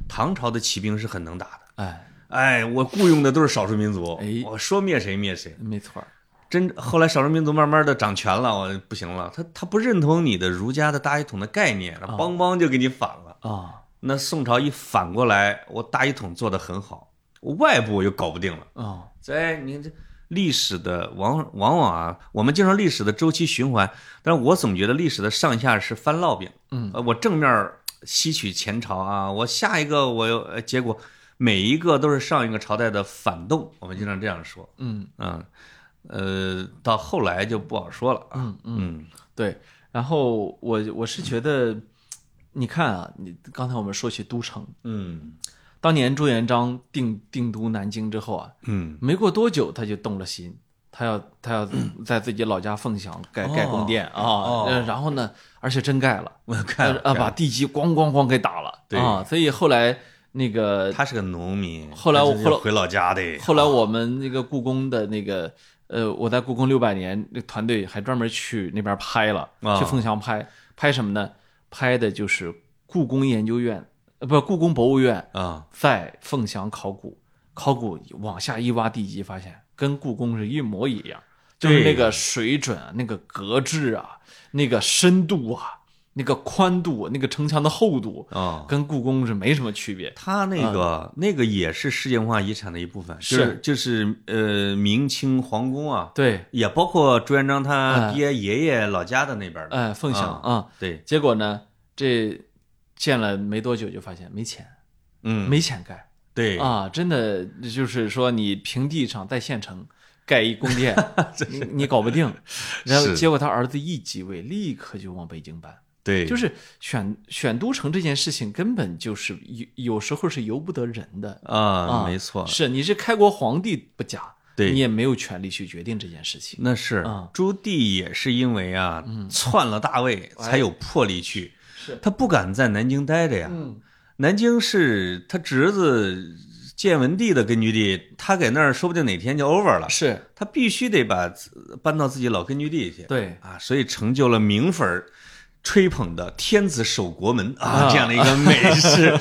A: 唐朝的骑兵是很能打的，
B: 哎，
A: 哎，我雇佣的都是少数民族
B: 哎，
A: 我说灭谁灭谁。
B: 没错儿，
A: 真后来少数民族慢慢的掌权了，我不行了，他他不认同你的儒家的大一统的概念，
B: 哦
A: 邦邦就给你反了。
B: 啊
A: 那宋朝一反过来，我大一统做得很好，我外部我又搞不定了。
B: 啊，
A: 哎，你这历史的往往往啊，我们经常历史的周期循环，但是我总觉得历史的上下是翻烙饼。
B: 嗯
A: 呃，我正面吸取前朝啊，我下一个我又呃结果每一个都是上一个朝代的反动，我们经常这样说，
B: 嗯
A: 嗯，呃，到后来就不好说了啊，
B: 嗯嗯，
A: 嗯
B: 对。然后我我是觉得，你看啊，你刚才我们说起都城，
A: 嗯
B: 当年朱元璋定定都南京之后啊，
A: 嗯，
B: 没过多久他就动了心，他要他要在自己老家凤翔盖
A: 哦
B: 盖宫殿啊，
A: 哦
B: 呃然后呢，而且真盖了，
A: 我看
B: 呃啊，把地基咣咣咣给打了
A: 对
B: 啊，所以后来那个
A: 他是个农民，
B: 后来我
A: 他真是
B: 后来
A: 回老家的，
B: 后来我们那个故宫的那个呃，我在故宫六百年那团队还专门去那边拍了，
A: 啊
B: 去凤翔拍拍什么呢？拍的就是故宫研究院，呃，不，故宫博物院
A: 啊，
B: 在凤翔考古，考古往下一挖地基，发现跟故宫是一模一样，就是
A: 对
B: 那个水准啊，那个格致啊，那个深度啊，那个宽度，啊那个城墙的厚度，
A: 啊，
B: 跟故宫是没什么区别。
A: 他那
B: 啊
A: 个那个也是世界文化遗产的一部分，就是就是呃，明清皇宫啊，
B: 对，
A: 也包括朱元璋他爹爷爷老家的那边的，
B: 哎、凤翔啊、
A: 对，
B: 结果呢，这建了没多久就发现没钱，
A: 嗯，
B: 没钱盖。
A: 对，
B: 啊，真的就是说你平地上带县城盖一宫 殿，你你搞不定。然后
A: 是
B: 结果他儿子一继位，立刻就往北京搬，
A: 对，
B: 就是选选都城这件事情根本就是有有时候是由不得人的。
A: 啊，
B: 啊
A: 没错，
B: 是，你是开国皇帝不假，
A: 对
B: 你也没有权利去决定这件事情。
A: 那是
B: 啊嗯
A: 朱棣也是因为啊，篡了大位
B: 哎
A: 才有魄力去，
B: 是
A: 他不敢在南京待着呀。
B: 嗯，
A: 南京是他侄子建文帝的根据地，他给那儿说不定哪天就 over 了，
B: 是
A: 他必须得把自搬到自己老根据地去。
B: 对，
A: 啊，所以成就了明粉儿吹捧的“天子守国门”啊
B: 啊
A: 这样的一个美 事。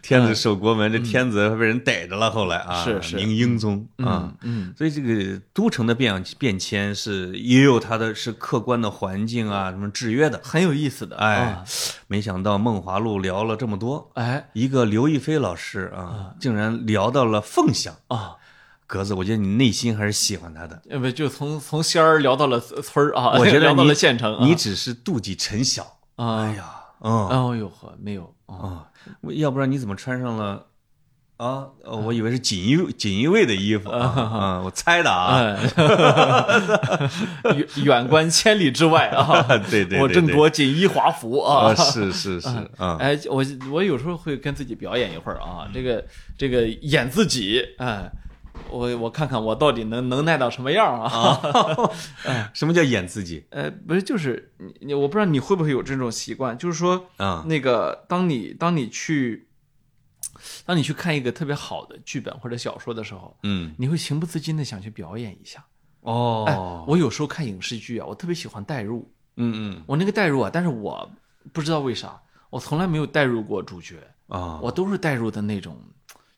A: 天子守国门，这天子被人逮着了，后来啊，
B: 是是
A: 明英宗啊。
B: 嗯，
A: 所以这个都城的变变迁是也有它的是客观的环境啊，什么制约的。
B: 很有意思的。
A: 哎
B: 啊，
A: 没想到梦华录聊了这么多，
B: 哎
A: 一个刘亦菲老师啊，竟然聊到了凤翔。
B: 啊，
A: 格子，我觉得你内心还是喜欢他的，
B: 要呃不就从从仙儿聊到了村儿啊，
A: 我觉得
B: 聊到
A: 你
B: 了县城啊，
A: 你只是妒忌陈晓。
B: 啊
A: 哎呀，嗯，
B: 哦呦呵，没有啊，
A: 啊，我要不然你怎么穿上了啊？呃我以为是锦衣锦衣卫的衣服啊啊，我猜的啊。
B: 哎，远远观千里之外啊，
A: 对对对，
B: 我正
A: 对
B: 着锦衣华服
A: 啊，
B: 啊。
A: 是是是啊，嗯
B: 哎，我我有时候会跟自己表演一会儿啊，这个这个演自己，哎，我我看看我到底能能耐到什么样啊？
A: 什么叫演自己
B: 呃，不是，就是你你，我不知道你会不会有这种习惯，就是说，
A: 啊？
B: 那个当你当你去当你去看一个特别好的剧本或者小说的时候，
A: 嗯，
B: 你会情不自禁的想去表演一下。哎
A: 哦，
B: 我有时候看影视剧啊，我特别喜欢代入，
A: 嗯
B: 我那个代入啊，但是我不知道为啥，我从来没有代入过主角，
A: 嗯啊，
B: 我都是代入的那种，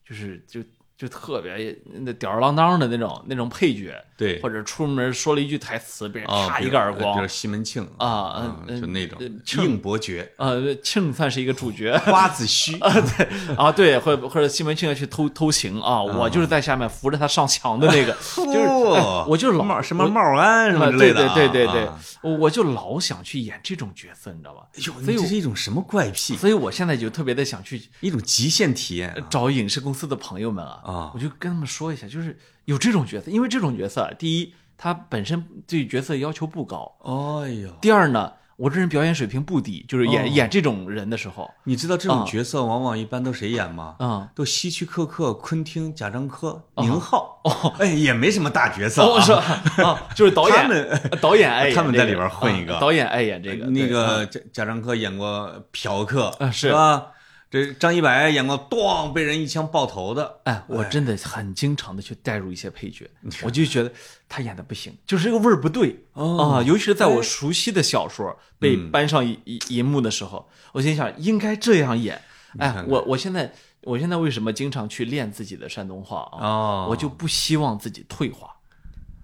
B: 就是就就特别那吊儿郎当的那种那种配角，
A: 对
B: 或者出门说了一句台词，被人
A: 啊，
B: 啪
A: 比
B: 一
A: 如
B: 个耳
A: 比
B: 光
A: 如，西门庆
B: 啊
A: 嗯
B: 嗯
A: 就那种
B: 嗯庆
A: 应伯爵、
B: 呃，庆算是一个主角
A: 花子虚，
B: 啊，对，或者或者西门庆要去偷偷情啊，我就是在下面扶着他上墙 的那个，就是哎
A: 哦
B: 我就是老
A: 帽什么
B: 我
A: 帽安什么
B: 啊
A: 之类的啊，
B: 对对对对对
A: 啊，
B: 我我就老想去演这种角色，你知道吧？
A: 哎呦，
B: 所
A: 你
B: 以
A: 这
B: 我
A: 是一种什么怪癖？
B: 所以我现在就特别的想去
A: 一种极限体验啊
B: 找影视公司的朋友们啊
A: 啊，
B: 我就跟他们说一下，就是有这种角色，因为这种角色啊，第一，他本身对角色要求不高；
A: 哎呦，
B: 第二呢，我这人表演水平不低，就是演、
A: 哦
B: 演这种人的时候，
A: 你知道这种
B: 啊
A: 角色往往一般都谁演吗？
B: 啊、
A: 都希区柯克、昆汀、贾樟柯、宁浩，哦，哎，也没什么大角色
B: 哦，我说
A: 啊。
B: 啊，就是导演，呃
A: 他们
B: 导演爱演、这个，
A: 他们在里边混一个呃
B: 啊导演爱演这个，
A: 那
B: 对啊
A: 个贾贾樟柯演过嫖客
B: 啊是
A: 吧？这张一白演过咣被人一枪爆头的，
B: 哎，我真的很经常的去带入一些配角，我就觉得他演的不行，就是这个味儿不对啊、
A: 哦嗯
B: 尤其是在我熟悉的小说被搬上一一一幕的时候，我心想应该这样演。哎，我我现在我现在为什么经常去练自己的山东话啊？
A: 哦
B: 我就
A: 嗯
B: 不希望自己退化，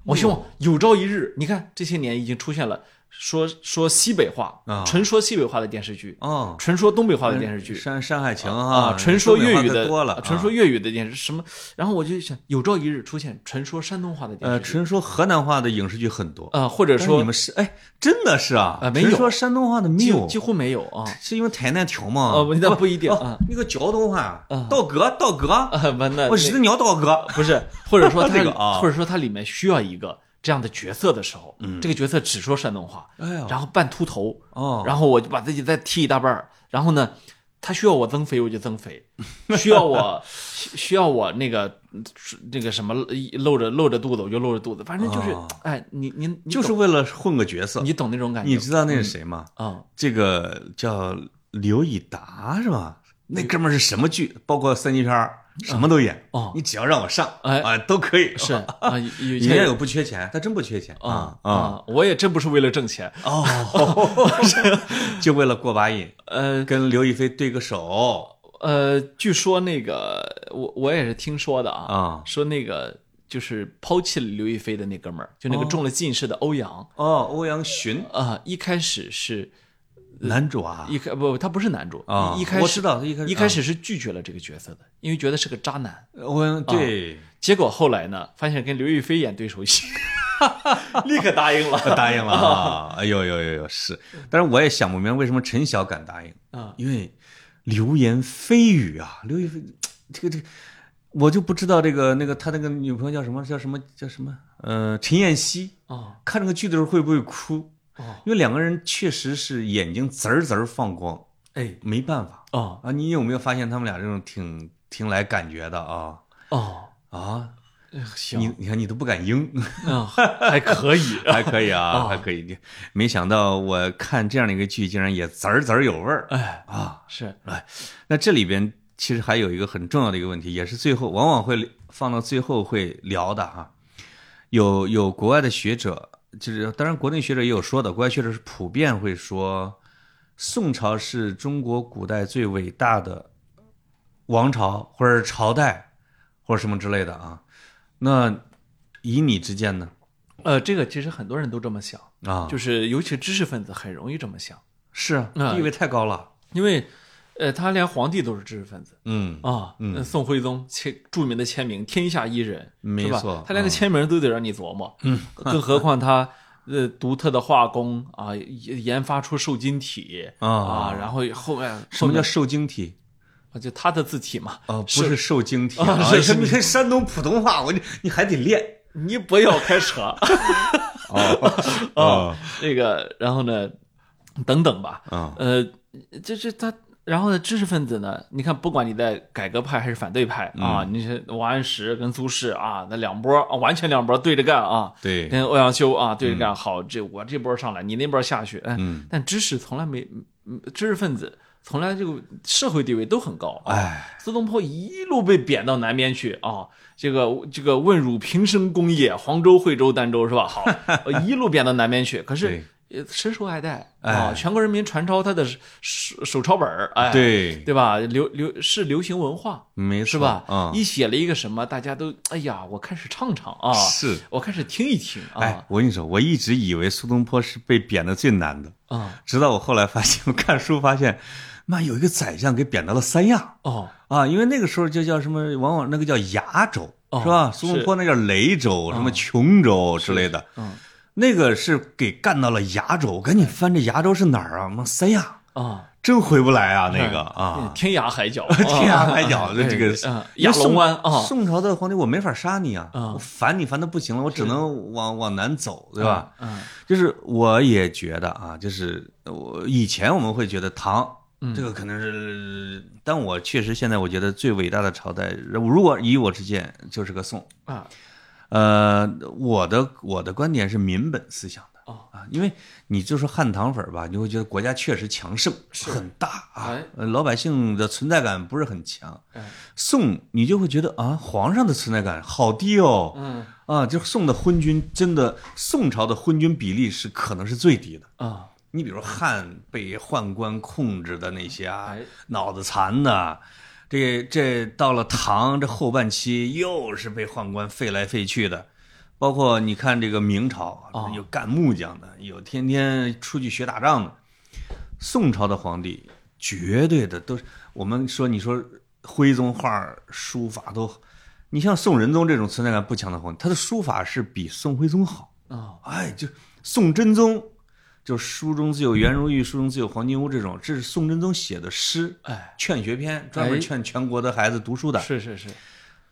B: 我希望有朝一日，你看这些年已经出现了说说西北话
A: 啊
B: 纯说西北话的电视剧，
A: 哦，
B: 纯说东北话的电视剧，
A: 山山海情
B: 啊，纯说粤语的啊
A: 多了，啊
B: 纯说粤语的电视什么？然后我就想，有朝一日出现纯说山东话的电
A: 呃，
B: 视剧，
A: 纯说河南话的影视剧很多，
B: 呃，或者
A: 但是你
B: 说
A: 们是哎，真的是啊，
B: 呃没有
A: 纯说山东话的没
B: 几
A: 有，
B: 几乎没有啊
A: 是因为太难听嘛。
B: 哦不那不一定
A: 哦那个胶东话
B: 啊，
A: 道哥，道哥，
B: 啊，完了，
A: 我
B: 那
A: 日鸟道哥，
B: 不是，或 者说它
A: 这个啊嗯
B: 或者说它里面需要一个这样的角色的时候，这个角色只说山东话，
A: 哎呦
B: 然后半秃头，
A: 哦，
B: 然后我就把自己再剃一大半儿，然后呢，他需要我增肥我就增肥，需要我需需要我那个那个什么露着露着肚子我就露着肚子，反正就是、
A: 哦
B: 哎，你你你
A: 就是
B: 懂
A: 为了混个角色。
B: 你懂那种感觉
A: 你知道那是谁吗？
B: 啊、
A: 这个叫刘以达是吧？那哥们儿是什么剧，包括三级片儿，什么都演。
B: 哦
A: 你只要让我上，
B: 哎
A: 啊，都可以。
B: 是，啊，有
A: 人家
B: 些
A: 有不缺钱，他真不缺钱
B: 啊
A: 啊
B: 啊，我也真不是为了挣钱，
A: 哦， 就为了过把瘾，
B: 呃
A: 跟刘亦菲对个手
B: 呃，据说那个我我也是听说的啊，
A: 啊。
B: 说那个就是抛弃了刘亦菲的那哥们儿，就那个
A: 哦
B: 中了近视的欧阳
A: 哦，欧阳询，
B: 啊，一开始是呃
A: 男主啊，
B: 一开不他不是男主
A: 啊，
B: 一一开始
A: 我知道他一开始
B: 一开始是拒绝了这个角色的，因为觉得是个渣男。
A: 啊欧阳对
B: 结果后来呢，发现跟刘亦菲演对手戏， 立刻答应了。
A: 答应了啊，哎呦呦呦呦是，但是我也想不明白为什么陈晓敢答应
B: 啊，
A: 因为流言蜚语啊，刘亦菲这个这个。我就不知道这个那个他那个女朋友叫什么叫什么叫什么呃陈燕希
B: 哦
A: 看这个剧的时候会不会哭？
B: 哦，
A: 因为两个人确实是眼睛滋儿滋儿放光，
B: 哎
A: 没办法
B: 哦
A: 啊！你有没有发现他们俩这种挺挺来感觉的啊
B: 哦，
A: 啊？
B: 呃行，
A: 你你看你都不敢应，
B: 嗯，还可以
A: 还可以
B: 哦
A: 啊，还可以。你没想到我看这样的一个剧，竟然也滋儿滋儿有味儿
B: 哎，
A: 啊！
B: 是
A: 那这里边其实还有一个很重要的一个问题，也是最后往往会放到最后会聊的哈、有有国外的学者，就是当然国内学者也有说的，国外学者是普遍会说，宋朝是中国古代最伟大的王朝或者是朝代或者什么之类的啊。那以你之见呢？
B: 呃，这个其实很多人都这么想，
A: 啊，
B: 就是尤其知识分子很容易这么想，
A: 是啊，
B: 啊
A: 地位太高了。
B: 因为呃，他连皇帝都是知识分子。
A: 嗯，
B: 啊，
A: 嗯
B: 呃宋徽宗签著名的签名“天下一人”，
A: 没
B: 是吧
A: 错嗯
B: 他连个签名都得让你琢磨，嗯， 更何况他呃独特的画工啊，研研发出瘦金体
A: 啊
B: 啊，然后后面
A: 什
B: 后
A: 么
B: 面
A: 叫
B: 啊
A: 受精体？
B: 就他的字体嘛，
A: 啊，不是受精体
B: 啊
A: 啊！
B: 是
A: 你
B: 是
A: 看你看山东普通话，我你你还得练
B: 你不要开扯 啊
A: 哦哦
B: 那个，然后呢，等等吧，
A: 啊
B: 呃，这这他，然后呢，知识分子呢，你看，不管你在改革派还是反对派啊，你是王安石跟苏轼啊，那两波啊，完全两波对着干啊，
A: 对，
B: 跟欧阳修啊对着干，好，这我这波上来，你那波下去，哎，但知识从来没，嗯知识分子从来这个社会地位都很高，啊。
A: 哎，
B: 苏东坡一路被贬到南边去啊，这个这个问汝平生功业，黄州、惠州、儋州是 吧？好，呃一路贬到南边去，可是呃深受爱戴啊，
A: 哎
B: 全国人民传抄他的手手抄本儿，哎，
A: 对，
B: 对吧？流流是流行文化
A: 没错
B: 是吧？
A: 啊，
B: 一写了一个什么，大家都哎呀，我开始唱唱啊，
A: 是。
B: 我开始听一听啊
A: 哎，我跟你说，我一直以为苏东坡是被贬的最难的，
B: 啊
A: 直到我后来发现， 我看书发现，妈有一个宰相给贬到了三亚
B: 哦
A: 啊，因为那个时候就叫什么，往往那个叫崖州
B: 哦
A: 是哦吧？
B: 是
A: 苏东坡那叫雷州，什么琼州之类的，
B: 嗯
A: 那个是给干到了崖州。我赶紧翻这崖州是哪儿啊？妈三亚，
B: 啊
A: 真回不来啊，那个啊，
B: 嗯天涯海角，
A: 天涯海
B: 啊
A: 角的这 个
B: 啊亚龙湾啊
A: 宋朝的皇帝我没法杀你啊，
B: 啊
A: 我烦你烦的不行了，我只能往往南走，对吧？？
B: 嗯
A: 就是我也觉得啊，就是我以前我们会觉得唐。
B: 嗯
A: 这个可能是，但我确实现在我觉得最伟大的朝代，如果以我之见，就是个宋。
B: 啊
A: 呃，我的我的观点是民本思想的
B: 哦
A: 啊，因为你就说汉唐粉儿吧，你会觉得国家确实强盛，很大啊
B: 哎，
A: 呃老百姓的存在感不是很强。
B: 哎
A: 宋你就会觉得啊，皇上的存在感好低哦，
B: 嗯
A: 啊，就是宋的昏君真的，宋朝的昏君比例是可能是最低的。
B: 啊。
A: 你比如汉被宦官控制的那些啊
B: 哎，
A: 脑子残的，这这到了唐这后半期又是被宦官废来废去的，包括你看这个明朝啊
B: 哦
A: 有干木匠的，有天天出去学打仗的。宋朝的皇帝绝对的都是我们说，你说徽宗画儿书法都，你像宋仁宗这种存在感不强的皇帝，他的书法是比宋徽宗好。
B: 啊，
A: 哎，就宋真宗，就是书中自有颜如玉，书中自有黄金屋这种，这是宋真宗写的诗，
B: 哎，
A: 劝学篇，专门劝全国的孩子读书的。
B: 是是是，
A: 哎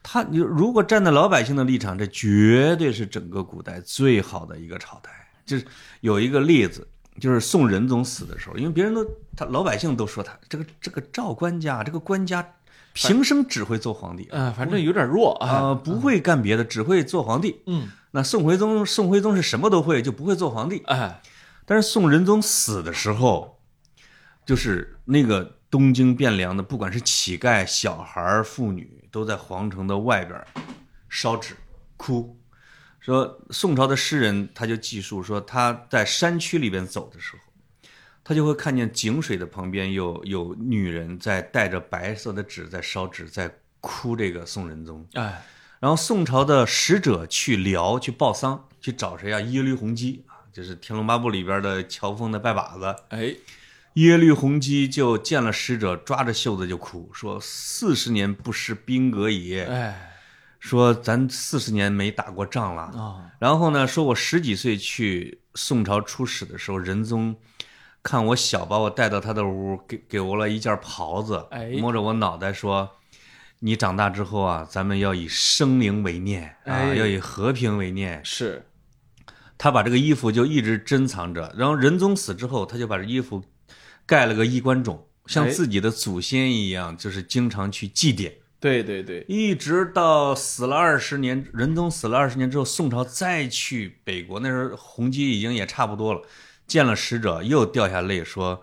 A: 他，你如果站在老百姓的立场，这绝对是整个古代最好的一个朝代。就是有一个例子，就是宋仁宗死的时候，因为别人都他老百姓都说他这个这个赵官家，这个官家平生只会做皇帝啊、
B: 嗯，反正有点弱啊，
A: 呃不会干别的，只会做皇帝。
B: 嗯，
A: 那宋徽宗，宋徽宗是什么都会，就不会做皇帝。
B: 哎，
A: 但是宋仁宗死的时候，就是那个东京汴梁的，不管是乞丐、小孩儿、妇女，都在皇城的外边儿烧纸哭。说宋朝的诗人他就记述说，他在山区里边走的时候，他就会看见井水的旁边有有女人在带着白色的纸在烧纸，在哭这个宋仁宗。
B: 哎，
A: 然后宋朝的使者去辽去报丧，去找谁啊？耶律洪基啊，就是《天龙八部》里边的乔峰的拜把子。
B: 哎，
A: 耶律洪基就见了使者，抓着袖子就哭，说：“四十年不识兵革也，
B: 哎，
A: 说咱四十年没打过仗了。”
B: 啊，
A: 然后呢，说我十几岁去宋朝出使的时候，仁宗看我小，把我带到他的屋，给给我了一件袍子，
B: 哎
A: 摸着我脑袋说：“你长大之后啊，咱们要以生灵为念啊，
B: 哎
A: 要以和平为念。
B: 是，”
A: 他把这个衣服就一直珍藏着。然后仁宗死之后，他就把这衣服盖了个衣冠冢，像
B: 哎
A: 自己的祖先一样，就是经常去祭奠。
B: 对对对，
A: 一直到死了二十年，仁宗死了二十年之后，宋朝再去北国，那时候洪基已经也差不多了，见了使者又掉下泪说：“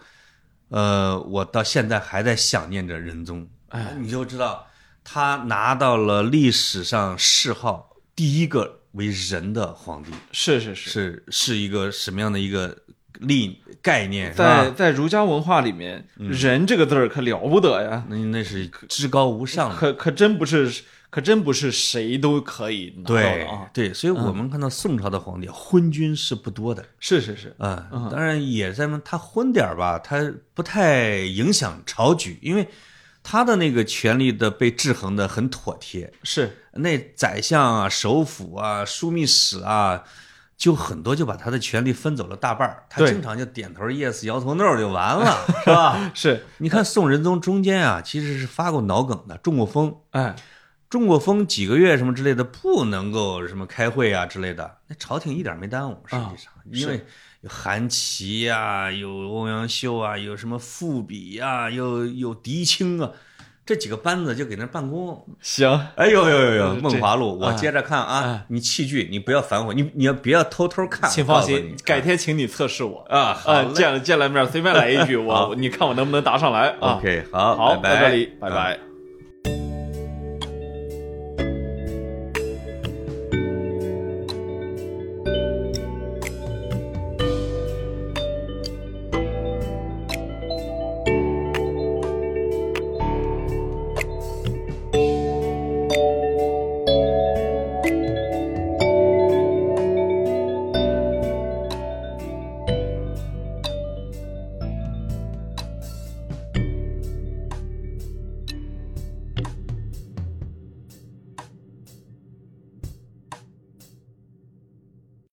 A: 呃，我到现在还在想念着仁宗。”哎，你就知道他拿到了历史上谥号第一个为人的皇帝，
B: 是是是，
A: 是是一个什么样的一个历概念是
B: 在
A: 吧？
B: 在儒家文化里面，人这个字儿可了不得呀，
A: 那那是至高无上的。
B: 可可真不是，可真不是谁都可以拿到
A: 对
B: 的啊，
A: 对，所以我们看到宋朝的皇帝昏君是不多的，
B: 是是是，
A: 啊、当然也在那，他昏点儿吧，他不太影响朝局，因为他的那个权力的被制衡的很妥帖。
B: 是，
A: 那宰相啊、首辅啊、枢密使啊，就很多就把他的权力分走了大半儿，他
B: 对
A: 经常就点头 yes 摇头 no 就完了，是 吧？
B: 是，
A: 你看宋仁宗中间啊，其实是发过脑梗的，中过风，
B: 哎，
A: 中过风几个月什么之类的，不能够什么开会啊之类的，那朝廷一点没耽误，实
B: 啊
A: 际上，因为有韩琦呀、有欧阳修啊，有什么傅比呀、有有狄青啊，这几个班子就给那办公。
B: 行，
A: 哎呦呦呦呦，
B: 这
A: 梦华录，
B: 啊
A: 我接着看啊，你弃剧，你不要反悔，你你要不要偷偷看，
B: 请
A: 我告
B: 放
A: 诉
B: 心
A: 你，
B: 改天请你测试我
A: 啊好
B: 啊，
A: 嘞
B: 见了见了面随便来一句，我你看我能不能答上来啊
A: OK，好，
B: 好，
A: 拜
B: 到这里，拜
A: 嗯
B: 拜。